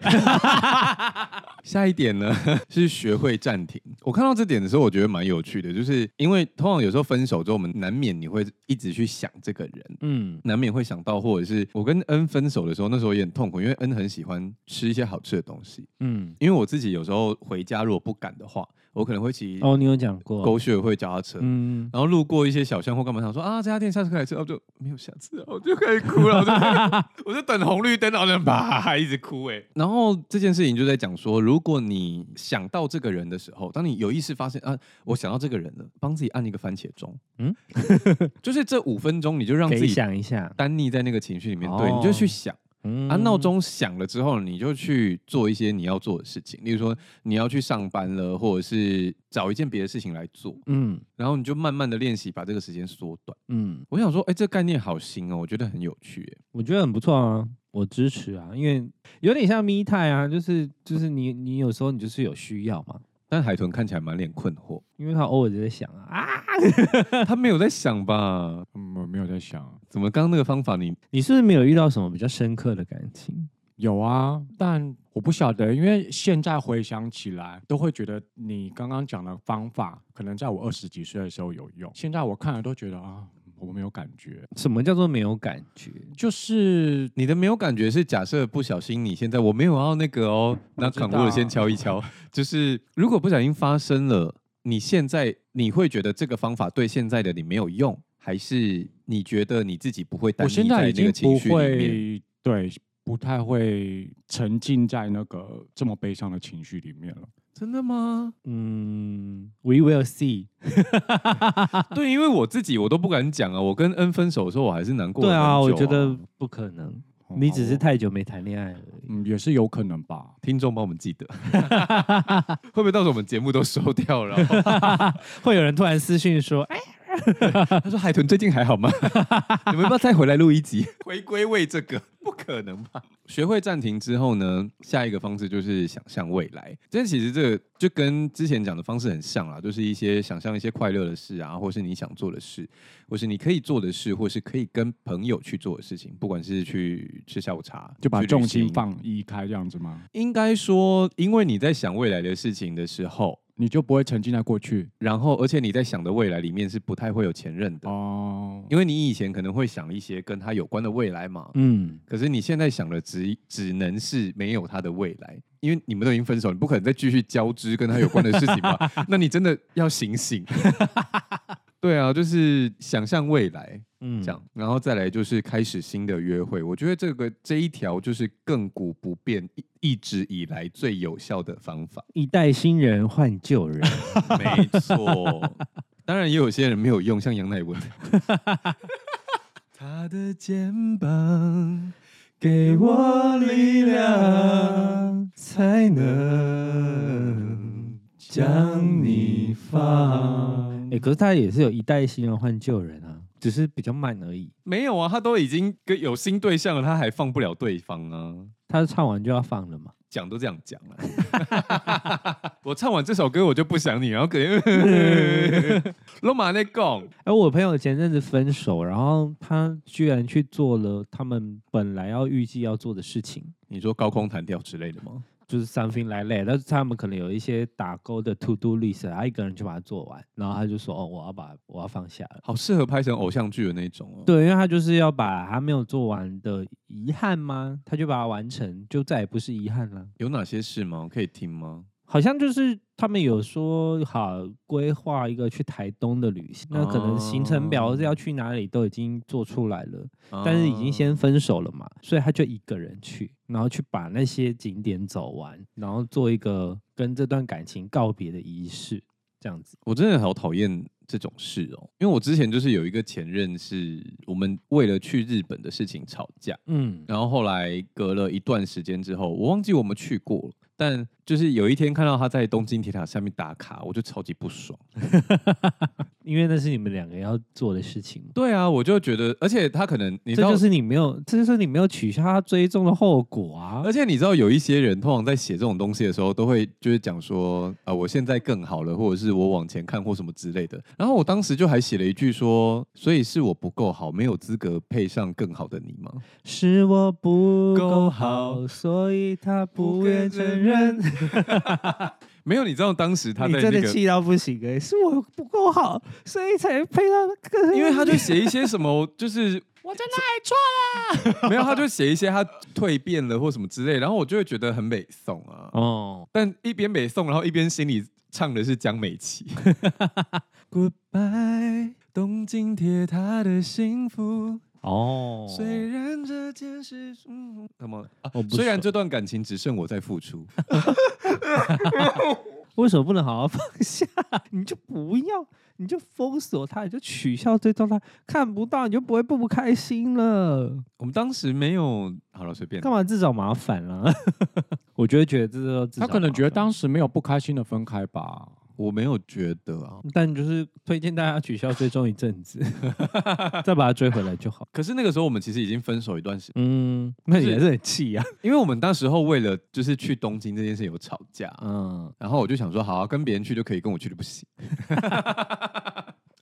C: 下一点呢 是学会暂停。我看到这点的时候，我觉得蛮有趣的，就是因为通常有时候分手之后，我们难免你会一直去想这个人，
B: 嗯，
C: 难免会想到，或者是我跟恩分手的时候，那时候也很痛苦，因为恩很喜欢吃一些好吃的东西。
B: 嗯，
C: 因为我自己有时候回家如果不赶的话，我可能会骑
B: 哦，你有讲过，
C: 狗血会脚踏车。
B: 嗯，
C: 然后路过一些小巷或干嘛，想说啊这家店下次可以来吃，然后就没有下次了，我就开始哭了，我 就我就等红绿灯，然后就啪一直哭哎、然后这件事情就在讲说，如果你想到这个人的时候，当你有意识发现啊我想到这个人了，帮自己按一个番茄钟，嗯
B: 嗯，
C: 就是这五分钟你就让
B: 可
C: 自
B: 以
C: 己
B: 想一下，
C: 单溺在那个情绪里面，
B: 哦
C: 对，你就去想。
B: 嗯
C: 啊，闹钟响了之后，你就去做一些你要做的事情，例如说你要去上班了，或者是找一件别的事情来做，
B: 嗯
C: 然后你就慢慢的练习把这个时间缩短。
B: 嗯，
C: 我想说，哎、这概念好新哦，我觉得很有趣耶。
B: 我觉得很不错啊，我支持啊，因为有点像咪态啊，就是就是你你有时候你就是有需要嘛，
C: 但海豚看起来满脸困惑，
B: 因为他偶尔就在想啊啊，
C: 他没有在想吧？
D: 嗯，我没有在想。
C: 怎么刚刚那个方法你
B: 你是不是没有遇到什么比较深刻的感情？
D: 有啊，但我不晓得，因为现在回想起来，都会觉得你刚刚讲的方法，可能在我二十几岁的时候有用。现在我看了都觉得啊，我没有感觉。
B: 什么叫做没有感觉？
D: 就是
C: 你的没有感觉是假设不小心你现在我没有要那个哦，那
D: 知道
C: Ctrl 先敲 一敲，就是如果不小心发生了，你现在你会觉得这个方法对现在的你没有用，还是你觉得你自己不会单
D: 我现
C: 一在
D: 在已
C: 那
D: 经
C: 个
D: 不
C: 情绪里面？
D: 会对，不太会沉浸在那个这么悲伤的情绪里面了。
C: 真 的吗？
B: 嗯，We will see。
C: 对，因为我自己我都不敢讲啊，我跟恩分手的时候我还是难过了
B: 对
C: 很久、
B: 啊，我觉得不可能，
D: 哦
B: 你只是
D: 好哦
B: 太久没谈恋爱而已。
D: 嗯，也是有可能吧。
C: 听众帮我们记得， 会不会到时候我们节目都收掉了？
B: 会有人突然私讯说：“哎，
C: 他说：“海豚最近还好吗？ 你们要不要再回来录一集？ 回归为这个，不可能吧？”学会暂停之后呢，下一个方式就是想象未来。这其实这个就跟之前讲的方式很像啦，就是一些想象一些快乐的事啊，或是你想做的事，或是你可以做的事，或是可以跟朋友去做的事情，不管是去吃下午茶，
D: 就把
C: 去旅
D: 重心
C: 行。
D: 放移开这样子吗？
C: 应该说，因为你在想未来的事情的时候。
D: 你就不会沉浸在过去
C: 然后，而且你在想的未来里面是不太会有前任的，
D: 哦。
C: 因为你以前可能会想一些跟他有关的未来嘛，
B: 嗯，
C: 可是你现在想的只只能是没有他的未来，因为你们都已经分手，你不可能再继续交织跟他有关的事情 吧？那你真的要醒醒。对啊，就是想象未来
B: 嗯
C: 这样，然后再来就是开始新的约会。我觉得这个这一条就是亘古不变，一一直以来最有效的方法。
B: 一代新人换旧人，
C: 没错，当然也有些人没有用，像杨乃文。他的肩膀给我力量，
B: 才
C: 能将你放。
B: 哎、可是他也是有一代新人换旧人啊，只是比较慢而已。
C: 没有啊，他都已经跟有新对象了，他还放不了对方啊。
B: 他唱完就要放了嘛。
C: 讲都这样讲了、 我唱完这首歌我就不想你，然后可 能罗马内贡，
B: 哎，我朋友前阵子分手，然后他居然去做了他们本来要预计要做的事情，
C: 你说高空弹跳之类的吗？
B: 就是 something like that。但是他们可能有一些打勾的 to do list，他一个人就把它做完，然后他就说：“哦，我要把我要放下了。”
C: 好适合拍成偶像剧的那种哦。
B: 对，因为他就是要把他没有做完的遗憾吗？他就把它完成，就再也不是遗憾了。
C: 有哪些事吗？可以听吗？
B: 好像就是他们有说好规划一个去台东的旅行，那可能行程表是要去哪里都已经做出来了，但是已经
C: 哦啊
B: 先分手了嘛，所以他就一个人去，然后去把那些景点走完，然后做一个跟这段感情告别的仪式，这样子。
C: 我真的好讨厌这种事哦，因为我之前就是有一个前任，是我们为了去日本的事情吵架，
B: 嗯
C: 然后后来隔了一段时间之后，我忘记我们去过了，但就是有一天看到他在东京铁塔下面打卡，我就超级不爽。
B: 因为那是你们两个要做的事情嘛。
C: 对啊，我就觉得，而且他可能你知
B: 这
C: 道，
B: 就是你没有，这就是你没有取消他追踪的后果啊！
C: 而且你知道有一些人通常在写这种东西的时候，都会就是讲说啊、我现在更好了，或者是我往前看或什么之类的。然后我当时就还写了一句说，所以是我不够好，没有资格配上更好的你吗？
B: 是我不
C: 够
B: 够
C: 好
B: 好，所以他不愿承认。
C: 没有，你知道当时他
B: 你
C: 在那
B: 真
C: 个
B: 的气到不行哎、是我不够好，所以才配到更。
C: 因为他就写一些什 么，就是
D: 我真的爱错
C: 没有，他就写一些他蜕变了或什么之类，然后我就会觉得很美颂啊。
B: 哦
C: 但一边美颂，然后一边心里唱的是江美琪。Goodbye，东京铁塔的幸福，
B: 哦，
C: 虽然这件事，嗯，怎么、啊
B: 我不
C: 虽然
B: 熟
C: 这段感情只剩我在付 出，
B: 为什么不能好好放下？ 你就不要，你就封锁他，你就取消追踪他，看不到你就不会不不开心了。
C: 我们当时没有好了，随便
B: 干。嘛自找麻烦了、啊？ 我觉得觉得这都自
D: 他
B: 找
D: 可能
B: 麻
D: 觉得
B: 烦，
D: 当时没有不开心的分开吧。
C: 我没有觉得啊，
B: 但就是推荐大家取消追踪一阵子， 再把他追回来就好。
C: 可是那个时候我们其实已经分手一段时间，
B: 嗯，那你还是很气啊。
C: 因为我们当时候为了就是去东京这件事有吵架，
B: 嗯，
C: 然后我就想说，好、啊，跟别人去就可以，跟我去就 不行。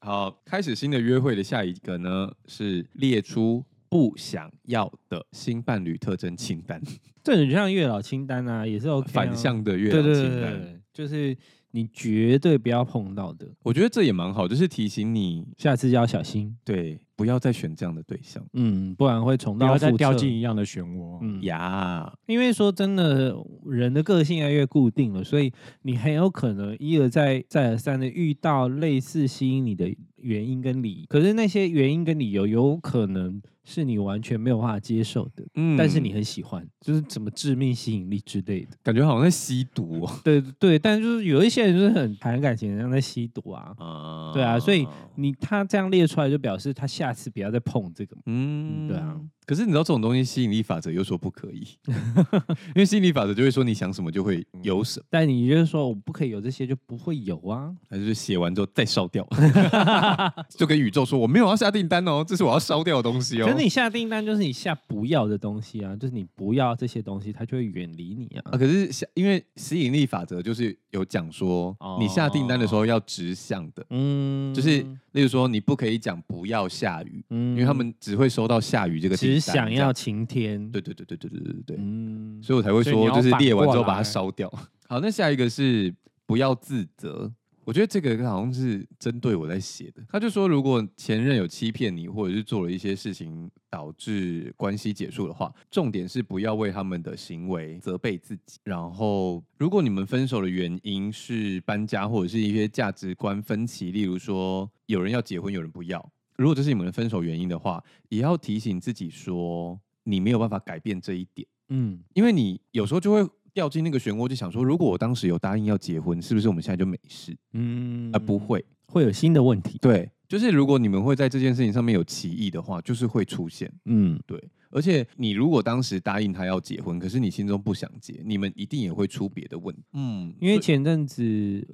C: 好，开始新的约会的下一个呢是列出不想要的新伴侣特征清单，
B: 这很像月老清单啊，也是 OK 啊、
C: 反向的 月
B: 对
C: 亮
B: 对
C: 清
B: 对
C: 单。
B: 对对，就是你绝对不要碰到的，
C: 我觉得这也蛮好，就是提醒你，
B: 下次要小心。
C: 对，不要再选这样的对象
B: 嗯，不然会重
D: 不
B: 蹈
D: 要再
B: 覆
D: 掉
B: 辙
D: 进一样的漩涡。
B: 嗯，
C: 呀。
B: 因为说真的，人的个性越来越固定了，所以你很有可能一而再、再而三的遇到类似吸引你的原因跟理。可是那些原因跟理由，有可能是你完全没有办法接受的，
C: 嗯
B: 但是你很喜欢，就是什么致命吸引力之类的。
C: 感觉好像在吸毒哦。
B: 对对，但就是有一些人就是很谈感情，像在吸毒啊。
C: 啊
B: 对啊所以你他这样列出来，就表示他下次不要再碰这个嘛。
C: 嗯
B: 嗯对啊。
C: 可是你知道这种东西吸引力法则又说不可以， 因为吸引力法则就会说你想什么就会有什么，
B: 但你就是说我不可以有这些，就不会有啊。
C: 还是写完之后再烧掉， 就跟宇宙说我没有要下订单哦，这是我要烧掉的东西
B: 可
C: 哦。
B: 是你下订单就是你下不要的东西啊，就是你不要这些东西，它就会远离你
C: 啊，
B: 啊。
C: 可是下因为吸引力法则就是有讲说，
B: 哦
C: 你下订单的时候要直向的，
B: 嗯
C: 就是例如说你不可以讲不要下雨，
B: 嗯
C: 因为他们只会收到下雨这个订单，
B: 只想
C: 这样
B: 要晴天。
C: 对对对对对对对对，
B: 嗯，
C: 所以我才会
D: 所以你
C: 说，
D: 要
C: 就是列完之后
D: 反过来
C: 把它烧掉。 好，那下一个是不要自责。我觉得这个好像是针对我在写的。他就说，如果前任有欺骗你，或者是做了一些事情导致关系结束的话，重点是不要为他们的行为责备自己。然后，如果你们分手的原因是搬家或者是一些价值观分歧，例如说有人要结婚，有人不要，如果这是你们的分手原因的话，也要提醒自己说，你没有办法改变这一点。
B: 嗯，
C: 因为你有时候就会掉进那个漩涡，就想说，如果我当时有答应要结婚，是不是我们现在就没事？
B: 嗯
C: 啊、不，会，
B: 会有新的问题。
C: 对，就是如果你们会在这件事情上面有歧义的话，就是会出现。
B: 嗯，
C: 对，而且你如果当时答应他要结婚，可是你心中不想结，你们一定也会出别的问题。嗯，
B: 因为前阵子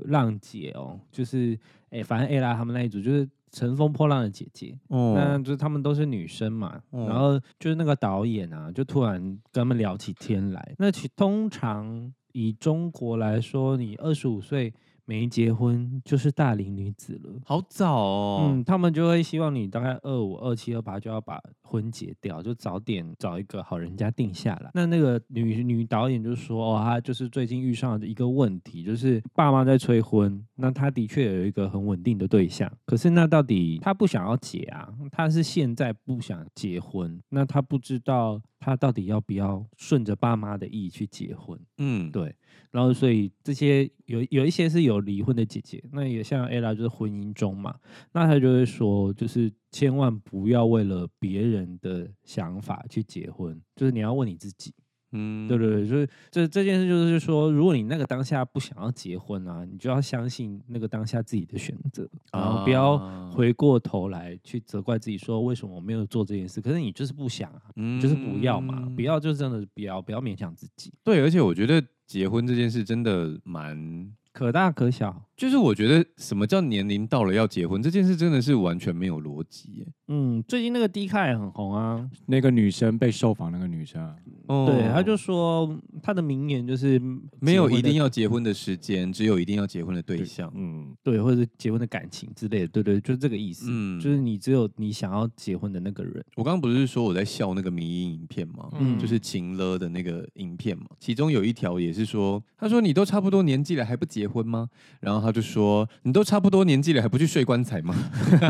B: 浪姐哦，就是哎，反正 A 拉他们那一组就是乘风破浪的姐姐，那
C: 哦，
B: 就是他们都是女生嘛，
C: 嗯
B: 然后就是那个导演啊，就突然跟他们聊起天来。那其通常以中国来说，你二十五岁没结婚就是大龄女子了。
C: 好早哦。
B: 嗯，他们就会希望你大概二五、二七、二八就要把婚结掉，就早点找一个好人家定下来。那那个女女导演就说，哦，她就是最近遇上了一个问题，就是爸妈在催婚，那她的确有一个很稳定的对象，可是那到底她不想要结啊，她是现在不想结婚，那她不知道她到底要不要顺着爸妈的意去结婚。
C: 嗯，
B: 对然后所以这些有有一些是有离婚的姐姐，那也像 ella 就是婚姻中嘛，那她就会说，就是千万不要为了别人的想法去结婚，就是你要问你自己，
C: 嗯
B: 对对对，就是这这件事就是说，如果你那个当下不想要结婚啊，你就要相信那个当下自己的选择，然后不要
C: 啊
B: 回过头来去责怪自己说为什么我没有做这件事，可是你就是不想啊，你就是不要嘛，
C: 嗯
B: 不要就真的不要，不要勉强自己，
C: 对，而且我觉得结婚这件事真的蛮，
B: 可大可小。
C: 就是我觉得什么叫年龄到了要结婚这件事真的是完全没有逻辑耶。
B: 嗯，最近那个 D 卡也很红啊，
D: 那个女生被受访，那个女生啊
C: 哦
B: 对，他就说他的名言就是
C: 没有
B: 结婚
C: 一
B: 的
C: 定要结婚的时间，只有一定要结婚的对象。
D: 嗯，
B: 对，或者是结婚的感情之类的，对对，就是这个意思。
C: 嗯，
B: 就是你只有你想要结婚的那个人，
C: 我刚刚不是说我在笑那个迷因影片吗？
B: 嗯
C: 就是情勒的那个影片嘛，其中有一条也是说，他说你都差不多年纪了还不结婚吗？然后他就说你都差不多年纪了还不去睡棺材吗？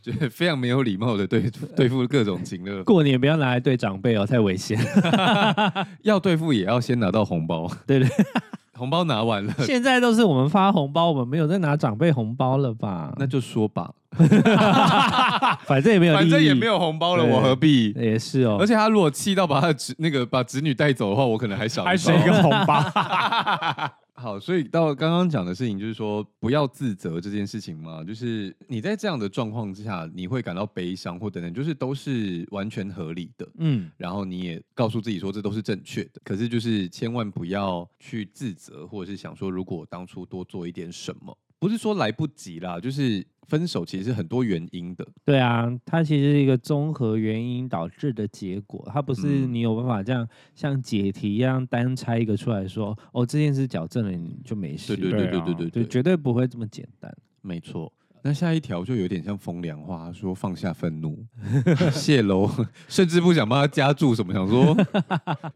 C: 就是非常没有礼貌的对对付各种情 勒，
B: 过年不要拿来对长辈哦，太危险。
C: 要对付也要先拿到红包，
B: 对 对，
C: 红包拿完了，
B: 现在都是我们发红包，我们没有在拿长辈红包了吧？
C: 那就说吧，
B: 反正也没有，
C: 反正也没，有红包了，
B: 对
C: 我何必？
B: 也是哦。
C: 而且他如果气到把他的侄那个把侄女带走的话，我可能还少 一
D: 还是
C: 包
D: 一个红包，
C: 好，所以到刚刚讲的事情，就是说不要自责这件事情嘛，就是你在这样的状况之下，你会感到悲伤或等等，就是都是完全合理的。
B: 嗯，
C: 然后你也告诉自己说这都是正确的，可是就是千万不要去自责，或者是想说如果我当初多做一点什么，不是说来不及啦，就是分手其实是很多原因的，
B: 对啊，它其实是一个综合原因导致的结果，它不是
C: 嗯
B: 你有办法这样、像解题一样单拆一个出来说，哦，这件事矫正了你就没事，
C: 对对
D: 对
C: 对对
D: 啊
C: 对对
B: 对
C: 对，
B: 绝对不会这么简单。
C: 没错。那下一条就有点像风凉话，他说放下愤怒， 谢楼， 甚至不想帮他加注什么，想说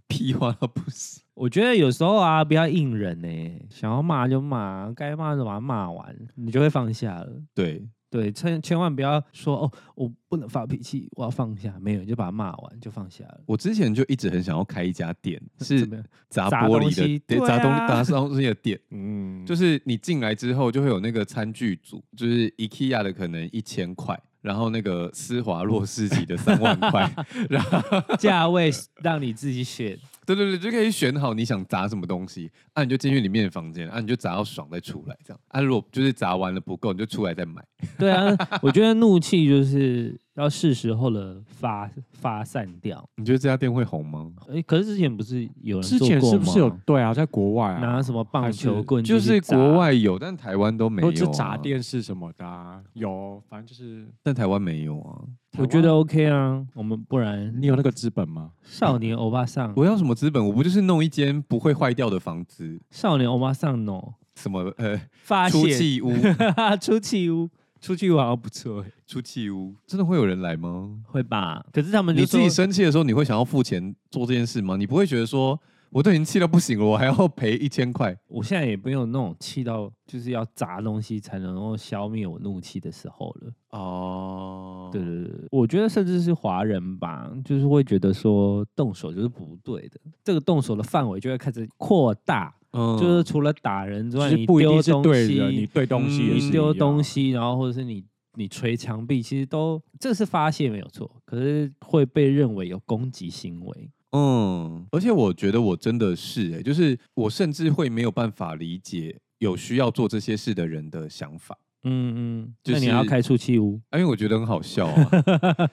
C: 屁话到不行。
B: 我觉得有时候啊，不要硬忍呢、想要骂就骂，该骂就把它骂完，你就会放下了。
C: 对，
B: 对，千千万不要说哦，我不能发脾气，我要放下，没有，你就把它骂完就放下了。
C: 我之前就一直很想要开一家店，是
B: 怎么样？
C: 砸
B: 砸
C: 玻
B: 东
C: 璃
B: 西
C: 的，对
B: 对
C: 砸东
B: 啊
C: 砸东西的 店。
D: 嗯，
C: 就是你进来之后就会有那个餐具组，就是 IKEA 的可能一千块，然后那个施华洛世奇的三万 块，然后
B: 价 位让你自己选。
C: 对对对，就可以选好你想砸什么东西，啊，你就进去里面的房间，啊，你就砸到爽再出来，这样，啊，如果就是砸完了不够，你就出来再买。
B: 对啊，我觉得怒气就是要是时候的发发散掉。
C: 你觉得这家店会红吗？
B: 哎，可是之前不是有人
D: 之
B: 做
D: 前
B: 过
D: 是不是有
B: 吗
D: 对啊，在国外啊，
B: 拿什么棒
D: 还是
B: 球棍
C: 就
B: 去
C: 是
B: 砸哦
C: 国外有，但台湾都没有、啊
D: 都是砸，电视什么的、啊，有，反正就是
C: 但台湾没有啊。
B: 我觉得 OK 啊，我们不然
D: 你有那个资本吗？
B: 少年欧巴桑，
C: 我要什么资本？我不就是弄一间不会坏掉的房子，
B: 少年欧巴桑 no
C: 什么呃
B: 发
C: 出
B: 泄，
C: 气屋，
B: 出气屋，出气屋好像不错欸，
C: 出气屋，真的会有人来吗？
B: 会吧？可是他们就
C: 你自己
B: 哦说
C: 生气的时候，你会想要付钱做这件事吗？你不会觉得说我都已经气到不行了，我还要赔一千块？
B: 我现在也没有那种气到就是要砸东西才能够消灭我怒气的时候了。
C: 哦，
B: 对对对，我觉得甚至是华人吧，就是会觉得说动手就是不对的，这个动手的范围就会开始扩大，
C: 嗯
B: 就是除了打人之
D: 就
B: 外，
D: 是
B: 你
D: 不一
B: 丢
D: 定是
B: 东
D: 对
B: 西，
D: 人，你对东西
C: 嗯
D: 也
B: 你
D: 是
B: 丢
D: 一样
B: 东，西，啊然后或者是你你捶墙壁，其实都这是发泄没有错，可是会被认为有攻击行为。
C: 嗯，而且我觉得我真的是、欸，就是我甚至会没有办法理解有需要做这些事的人的想法，
B: 嗯嗯，
C: 就
B: 那你要
C: 是
B: 开出气屋，
C: 啊、因为我觉得很好笑 啊。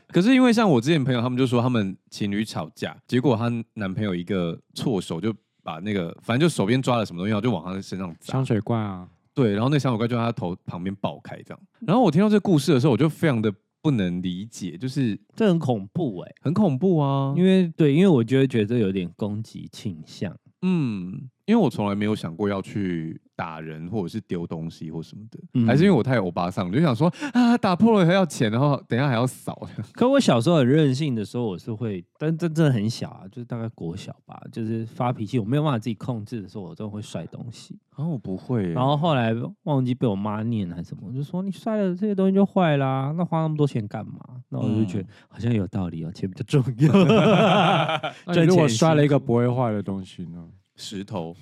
C: 可是因为像我之前朋友，他们就说他们情侣吵架，结果她男朋友一个错手就把那个，反正就手边抓了什么东西，然后就往她身上砸
D: 香，水罐啊，
C: 对，然后那小火怪就在他头旁边爆开这样。然后我听到这个故事的时候，我就非常的不能理解，就是
B: 这很恐怖哎、
C: 很恐怖啊。
B: 因为对，因为我就会觉得这有点攻击倾向。
C: 嗯，因为我从来没有想过要去打人或者是丢东西或什么的，
B: 嗯
C: 还是因为我太欧巴桑，就想说啊，打破了还要钱，然后等一下还要扫。
B: 可我小时候很任性的时候，我是会，但真真的很小啊，就是大概国小吧，就是发脾气，我没有办法自己控制的时候，我真的会摔东西。
C: 然后啊我不会欸耶，
B: 然后后来忘记被我妈念还是什么，我就说你摔了这些东西就坏啦，那花那么多钱干嘛？那我就觉
C: 嗯
B: 得、好像有道理哦，钱比较重 要。
D: 那
B: 赚
D: 你如
B: 钱
D: 果
B: 很
D: 摔
B: 辛
D: 了一个
B: 苦
D: 不会坏的东西呢？
C: 石头、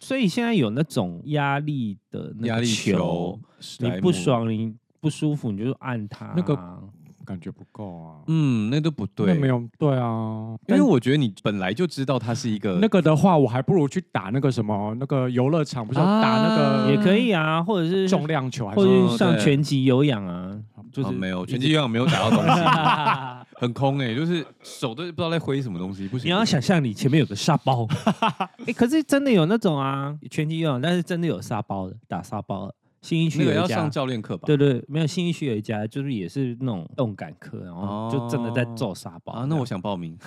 B: 所以现在有那种压力的那个
C: 压力
B: 球
C: 球，，
B: 你不，爽你不舒服你就按它。啊
D: 那个感觉不够啊，
C: 嗯，那都不
D: 那
C: 对，
D: 没，有对啊，
C: 因
D: 但
C: 为我觉得你本来就知道它是一个
D: 那个的话，我还不如去打那个什么那个游乐场，不是要打那
C: 啊
D: 个
B: 也可以啊，或者是
D: 重量球还
B: 或
D: 是
B: 者
C: 嗯
B: 是上
C: 对
B: 拳击有氧啊，就
C: 哦
B: 是
C: 没有拳击有氧没有打到东西，很空哎、就是手都不知道在挥什么东西，不行。
B: 你要想象你前面有个沙 包，哎、可是真的有那种啊，拳击有，但是真的有沙包的，打沙包的。新一区
C: 那
B: 有
C: 个
B: 一
C: 要
B: 家，
C: 上教练课吧？
B: 对对，没有新一区有一家，就是也是那种动感课，然后就真的在揍沙包
C: 哦啊，那我想报名。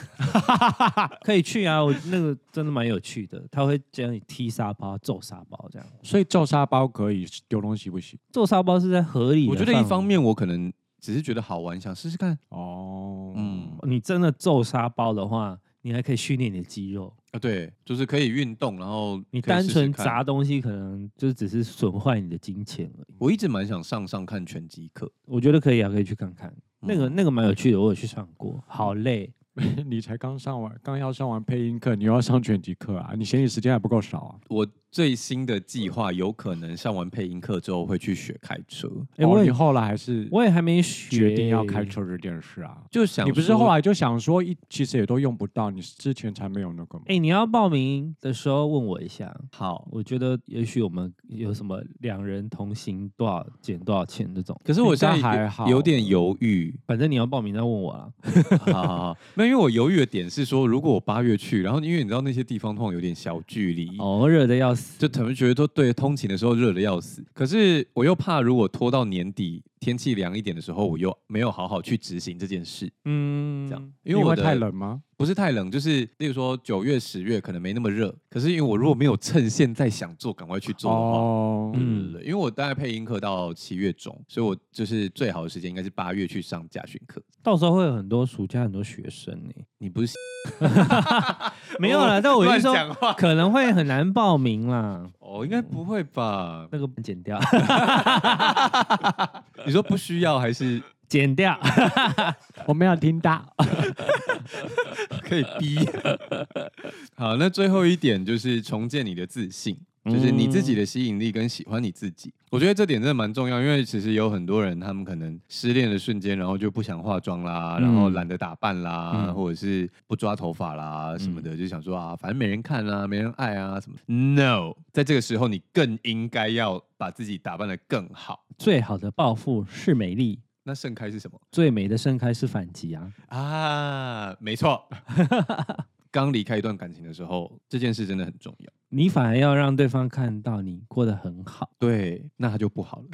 B: 可以去啊，我 那个真的蛮有趣的，他会教你踢沙包、揍沙包这样。
D: 所以皱沙包可以，丢东西不行。
B: 揍沙包是在合理的
C: 我
B: 范
C: 觉
B: 围，
C: 得一方面我可能只是觉得好玩，想试试看。
D: 哦，
C: 嗯
D: 嗯，
B: 你真的揍沙包的话，你还可以训练你的肌肉。
C: 啊，对，就是可以运动，然后
B: 你
C: 可以
B: 单
C: 试试
B: 纯
C: 看。
B: 砸东西，可能就只是损坏你的金钱而已。
C: 我一直蛮想上上看拳击课，
B: 我觉得可以啊，可以去看看。那个
C: 嗯
B: 那个蛮有趣的，我有去上过，好累。
C: 哦
D: 哦 你才刚上完，刚要上完配音课，你又要上拳击课啊？你嫌你时间还不够少啊？
C: 我最新的计划有可能上完配音课之后会去学开车，
B: 哎、
D: 哦，
B: 我
D: 你
B: 也
D: 后来还是
B: 我也还没学，
D: 决定要开车这件事啊？
C: 就想
D: 你不是
C: 说
D: 后来就想说一，其实也都用不到，你之前才没有那个吗？
B: 哎、你要报名的时候问我一下，
C: 好，
B: 我觉得也许我们有什么两人同行多少减多少钱这种，。
C: 可是我
D: 应
C: 现
D: 该
C: 在
D: 还
C: 有
D: 好
C: 有点犹豫
B: 反正你要报名再问我啊啦。
C: 好好好，没有，因为我犹豫的点是说，如果我八月去，然后因为你知道那些地方通常有点小距离，
B: 哦，热的要死。
C: 就可能觉得说对通勤的时候热的要死，可是我又怕如果拖到年底天气凉一点的时候，我又没有好好去执行这件事，
B: 嗯，
C: 这样，
D: 因
C: 因为我的
D: 太冷吗？
C: 不是太冷，就是例如说九月、十月可能没那么热，可是因为我如果没有趁现在想做，赶快去做的话，
D: 哦，
C: 对对对，因为我大概配音课到七月中，所以我就是最好的时间应该是八月去上驾训课。
B: 到时候会有很多暑假很多学生 呢、
C: 你不是哦
B: 没有啦，但我
C: 乱
B: 是说
C: 讲话
B: 可能会很难报名啦，
C: 哦，应该不会吧？
B: 那个 剪掉，
C: 你说不需要还是
B: 剪掉。
D: 我没有听到。
C: 可以逼？ 好，那最后一点就是重建你的自信。就是你自己的吸引力跟喜欢你自己，我觉得这点真的蛮重要，因为其实有很多人他们可能失恋的瞬间，然后就不想化妆啦，然后
B: 嗯
C: 懒得打扮啦，
B: 嗯
C: 或者是不抓头发啦什么的，就想说啊，反正没人看啊，没人爱啊什么。No，在这个时候你更应该要把自己打扮得更好。
B: 最好的报复是美丽，
C: 那盛开是什么
B: 最美的盛开是反击啊！
C: 啊？没错， 刚离开一段感情的时候，这件事真的很重要。
B: 你反而要让对方看到你过得很好，
C: 对，那他就不好了。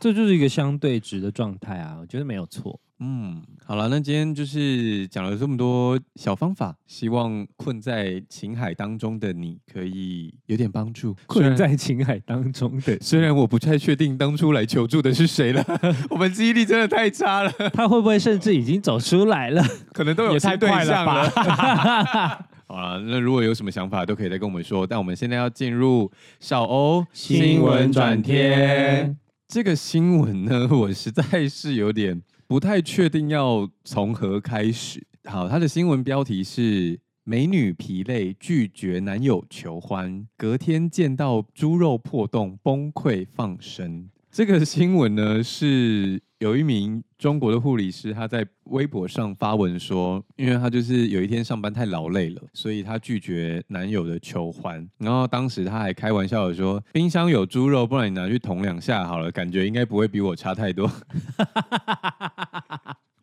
B: 这就是一个相对值的状态啊，我觉得没有错。
C: 嗯，好了，那今天就是讲了这么多小方法，希望困在情海当中的你可以有点帮助。虽然
B: 在情海当中的
C: 虽然我不太确定当初来求助的是谁了， 我们记忆力真的太差了，
B: 他会不会甚至已经走出来了？
C: 可能都有
D: 也
C: 新
D: 太
C: 对
D: 快了
C: 象
D: 吧
C: 了。 好了，那如果有什么想法都可以再跟我们说。但我们现在要进入小欧
B: 新闻转贴。
C: 这个新闻呢， 我实在是有点不太确定要从何开始。好，它的新闻标题是“美女疲累拒绝男友求欢，隔天见到猪肉破洞崩溃放生”。这个新闻呢，是有一名中国的护理师，他在微博上发文说，因为他就是有一天上班太劳累了，所以他拒绝男友的求欢。然后当时他还开玩笑的说，冰箱有猪肉，不然你拿去捅两下好了，感觉应该不会比我差太多。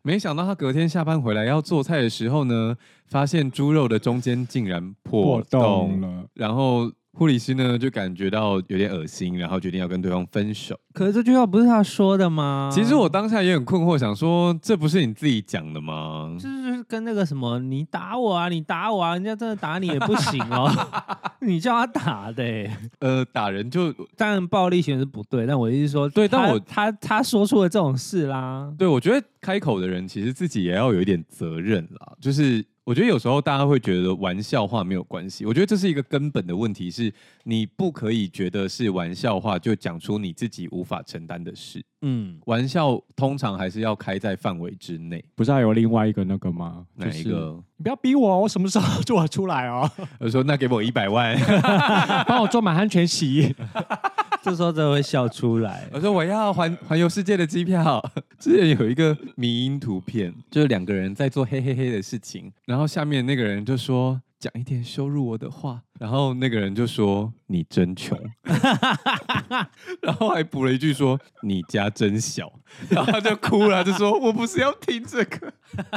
C: 没想到他隔天下班回来要做菜的时候呢，发现猪肉的中间竟然破
D: 破 洞
C: 洞
D: 了，
C: 然后护理师呢就感觉到有点恶心，然后决定要跟对方分手。
B: 可是这句话不是他说的吗？
C: 其实我当下也很困惑，想说这不是你自己讲的吗？
B: 就是跟那个什么，你打我啊，你打我啊，人家真的打你也不行 哦，你叫他打的欸、
C: 呃，打人就
B: 当然暴力行为是不对，但我意思是说，
C: 对但
B: 他
C: 我
B: 他他说出了这种事 啦，
C: 对我觉得开口的人其实自己也要有一点责任啦。就是我觉得有时候大家会觉得玩笑话没有关系，我觉得这是一个根本的问题是，你不可以觉得是玩笑话就讲出你自己无法承担的事。
B: 嗯，
C: 玩笑通常还是要开在范围之内。
D: 不是还有另外一个那个吗？
C: 哪一？个？
D: 你不要逼我，我什么时候 做得出来哦？
C: 我说那给我一百万，
D: 帮我做满汉全席。
B: 这时候真的会笑出来。
C: 我说我要环环游世界的机票。 之前有一个迷因图片，就是两个人在做嘿嘿嘿的事情，然后下面那个人就说。讲一点羞辱我的话。然后那个人就说你真穷， 然后还补了一句说你家真小， 然后他就哭了，就说我不是要听这个。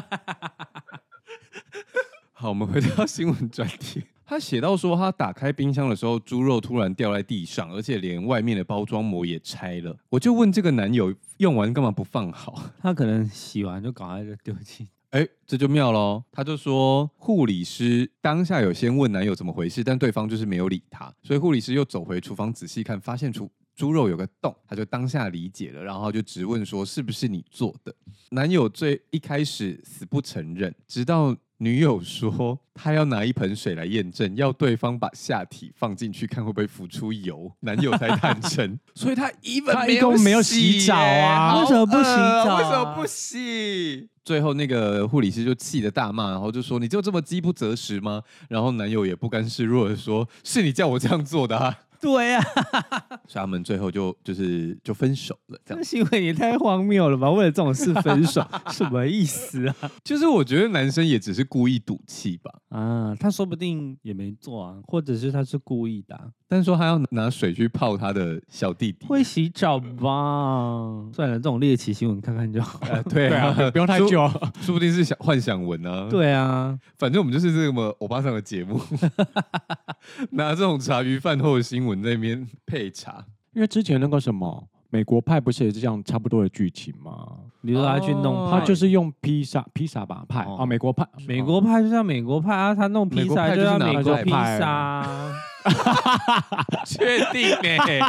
C: 好，我们回到新闻专题。他写到说，他打开冰箱的时候，猪肉突然掉在地上，而且连外面的包装膜也拆了。我就问这个男友，用完干嘛不放好？
B: 他可能洗完就赶快就丢弃。
C: 哎，这就妙喽。他就说，护理师当下有先问男友怎么回事，但对方就是没有理他，所以护理师又走回厨房仔细看，发现厨猪肉有个洞，他就当下理解了，然后他就直问说是不是你做的？男友最一开始死不承认，直到女友说他要拿一盆水来验证，要对方把下体放进去看会不会浮出油，男友才坦 诚。所以他 even
D: 他一共没有洗澡啊
C: 耶
B: 为什么不洗澡
C: 好恶为什么不洗？最后那个护理师就气得大骂，然后就说：“你就这么饥不择食吗？”然后男友也不甘示弱的说：“是你叫我这样做的、啊。
B: 对呀、”
C: 所以他们最后就就是就分手了，这样
B: 这。行为也太荒谬了吧！为了这种事分 手，什么意思啊？
C: 就是我觉得男生也只是故意赌气吧，
B: 啊，他说不定也没做啊，或者是他是故意的啊、
C: 但是说他要拿水去泡他的小弟弟，
B: 会洗澡吧？算了，这种猎奇新闻看看就好。
C: 呃对
D: 对
C: 啊，
D: 啊，不用太
C: 说，
D: 久。
C: 说不定是想幻想文啊。，
B: 对啊，
C: 反正我们就是这么欧巴桑的节目， 拿这种茶余饭后的新闻在那边 配茶。
D: 因为之前那个什么美国派不是也是这样差不多的剧情吗？
B: 比如说他去弄
C: 哦
B: 派，
D: 他就是用披萨披萨吧派
B: 哦
D: 啊，美国派
B: 美国派就像美国派啊，他弄
C: 美
B: 披
C: 国
B: 萨
C: 派
B: 就
C: 就是
B: 像
C: 拿
B: 美
D: 过
B: 国
D: 来
B: 披
D: 派
B: 萨 啊，
C: 确定哎、
D: 欸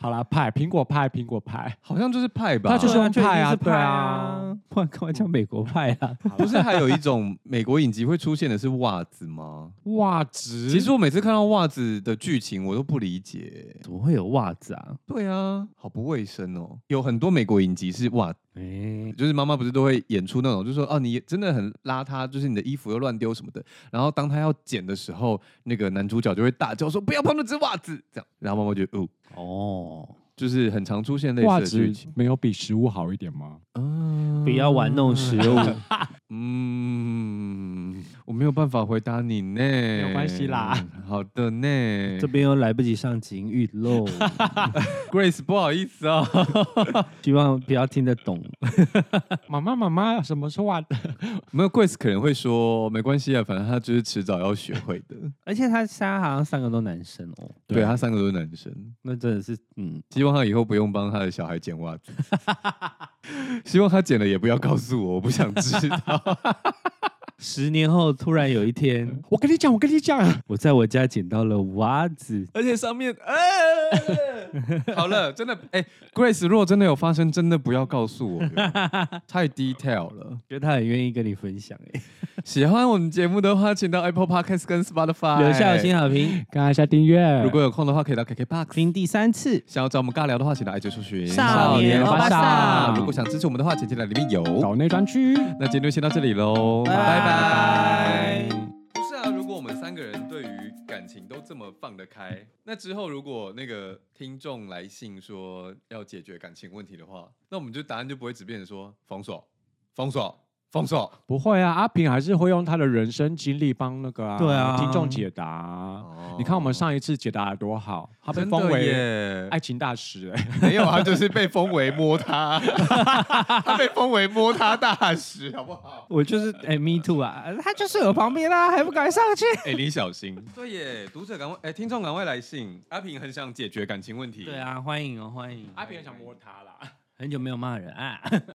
D: 好啦，派苹果派苹果派，
C: 好像就是派吧。
D: 他就是用
B: 对
D: 派
B: 啊这一
D: 啊
B: 定是
D: 对
B: 派
D: 啊
B: 啊，不然干嘛叫美国派啊？
C: 不是还有一种美国影集会出现的是袜子吗？
D: 袜子。
C: 其实我每次看到袜子的剧情，我都不理解。欸
B: 怎么会有袜子啊？
C: 对啊，好不卫生哦。有很多美国影集是袜，
B: 哎、
C: 就是妈妈不是都会演出那种，就说哦、你真的很邋遢，就是你的衣服又乱丢什么的。然后当他要捡的时候，那个男主角就会大叫说不要碰那只袜子，这样。然后妈妈就哦，
B: 哦，
C: 就是很常出现类
D: 袜
C: 似的
D: 子
C: 剧情。
D: 没有比食物好一点吗？
C: 嗯
B: 不要玩弄食物，
C: 嗯，我没有办法回答你呢，没
D: 有关系啦。
C: 好 的呢，
B: 这边又来不及上情欲 喽，
C: Grace 不好意思啊、
B: 希望不要听得懂。
D: 妈妈妈妈，什么是袜子？
C: 没有 Grace 可能会说没关系啊，反正他就是迟早要学会的。
B: 而且他现在好像三个都男生哦，
C: 对他三个都是男生，
B: 那真的是嗯，
C: 希望他以后不用帮他的小孩剪袜子， 希望他剪了也不要告诉我，我不想知道。
B: 十年后突然有一 天，
D: 我跟你讲，我跟你讲，
B: 我在我家捡到了袜子，
C: 而且上面，呃，好了，真的，哎、g r a c e 如果真的有发生，真的不要告诉我，太 detail 了。
B: 觉得他很愿意跟你分享哎、
C: 喜欢我们节目的话，请到 Apple Podcast 跟 Spotify
B: 留下新好评，
D: 看一下订阅。
C: 如果有空的话，可以到 KKBox。
B: 听第三次，
C: 想要找我们尬聊的话，请到 IG 搜寻
B: 少年
D: 欧巴桑
C: 如果想支持我们的话，请进来里面有。
D: 岛内专区。
C: 那今天就先到这里喽，拜拜。不是啊，如果我们三个人对于感情都这么放得开，那之后如果那个听众来信说要解决感情问题的话，那我们就答案就不会只变成说封锁、封锁、封锁。
D: 不会啊，阿平还是会用他的人生经历帮那个、
B: 对啊
D: 听众解答、
C: 哦
D: 你看我们上一次解答的多好，他被
C: 真
D: 封
C: 的
D: 为
C: 耶，
D: 爱情大使、欸，
C: 没有啊，就是被封为摸 他，他被封为摸他大使，好不好？
B: 我就是哎、m e too 啊，他就是我旁边啦、还不赶快上 去？
C: 哎、你小心。对耶，读者赶快，哎、听众赶快来信。阿平很
B: 啊
C: 想解决感情问题。
B: 对。啊，欢迎哦，欢迎，
D: 阿平想摸他啦。
B: 很久没有骂人啊。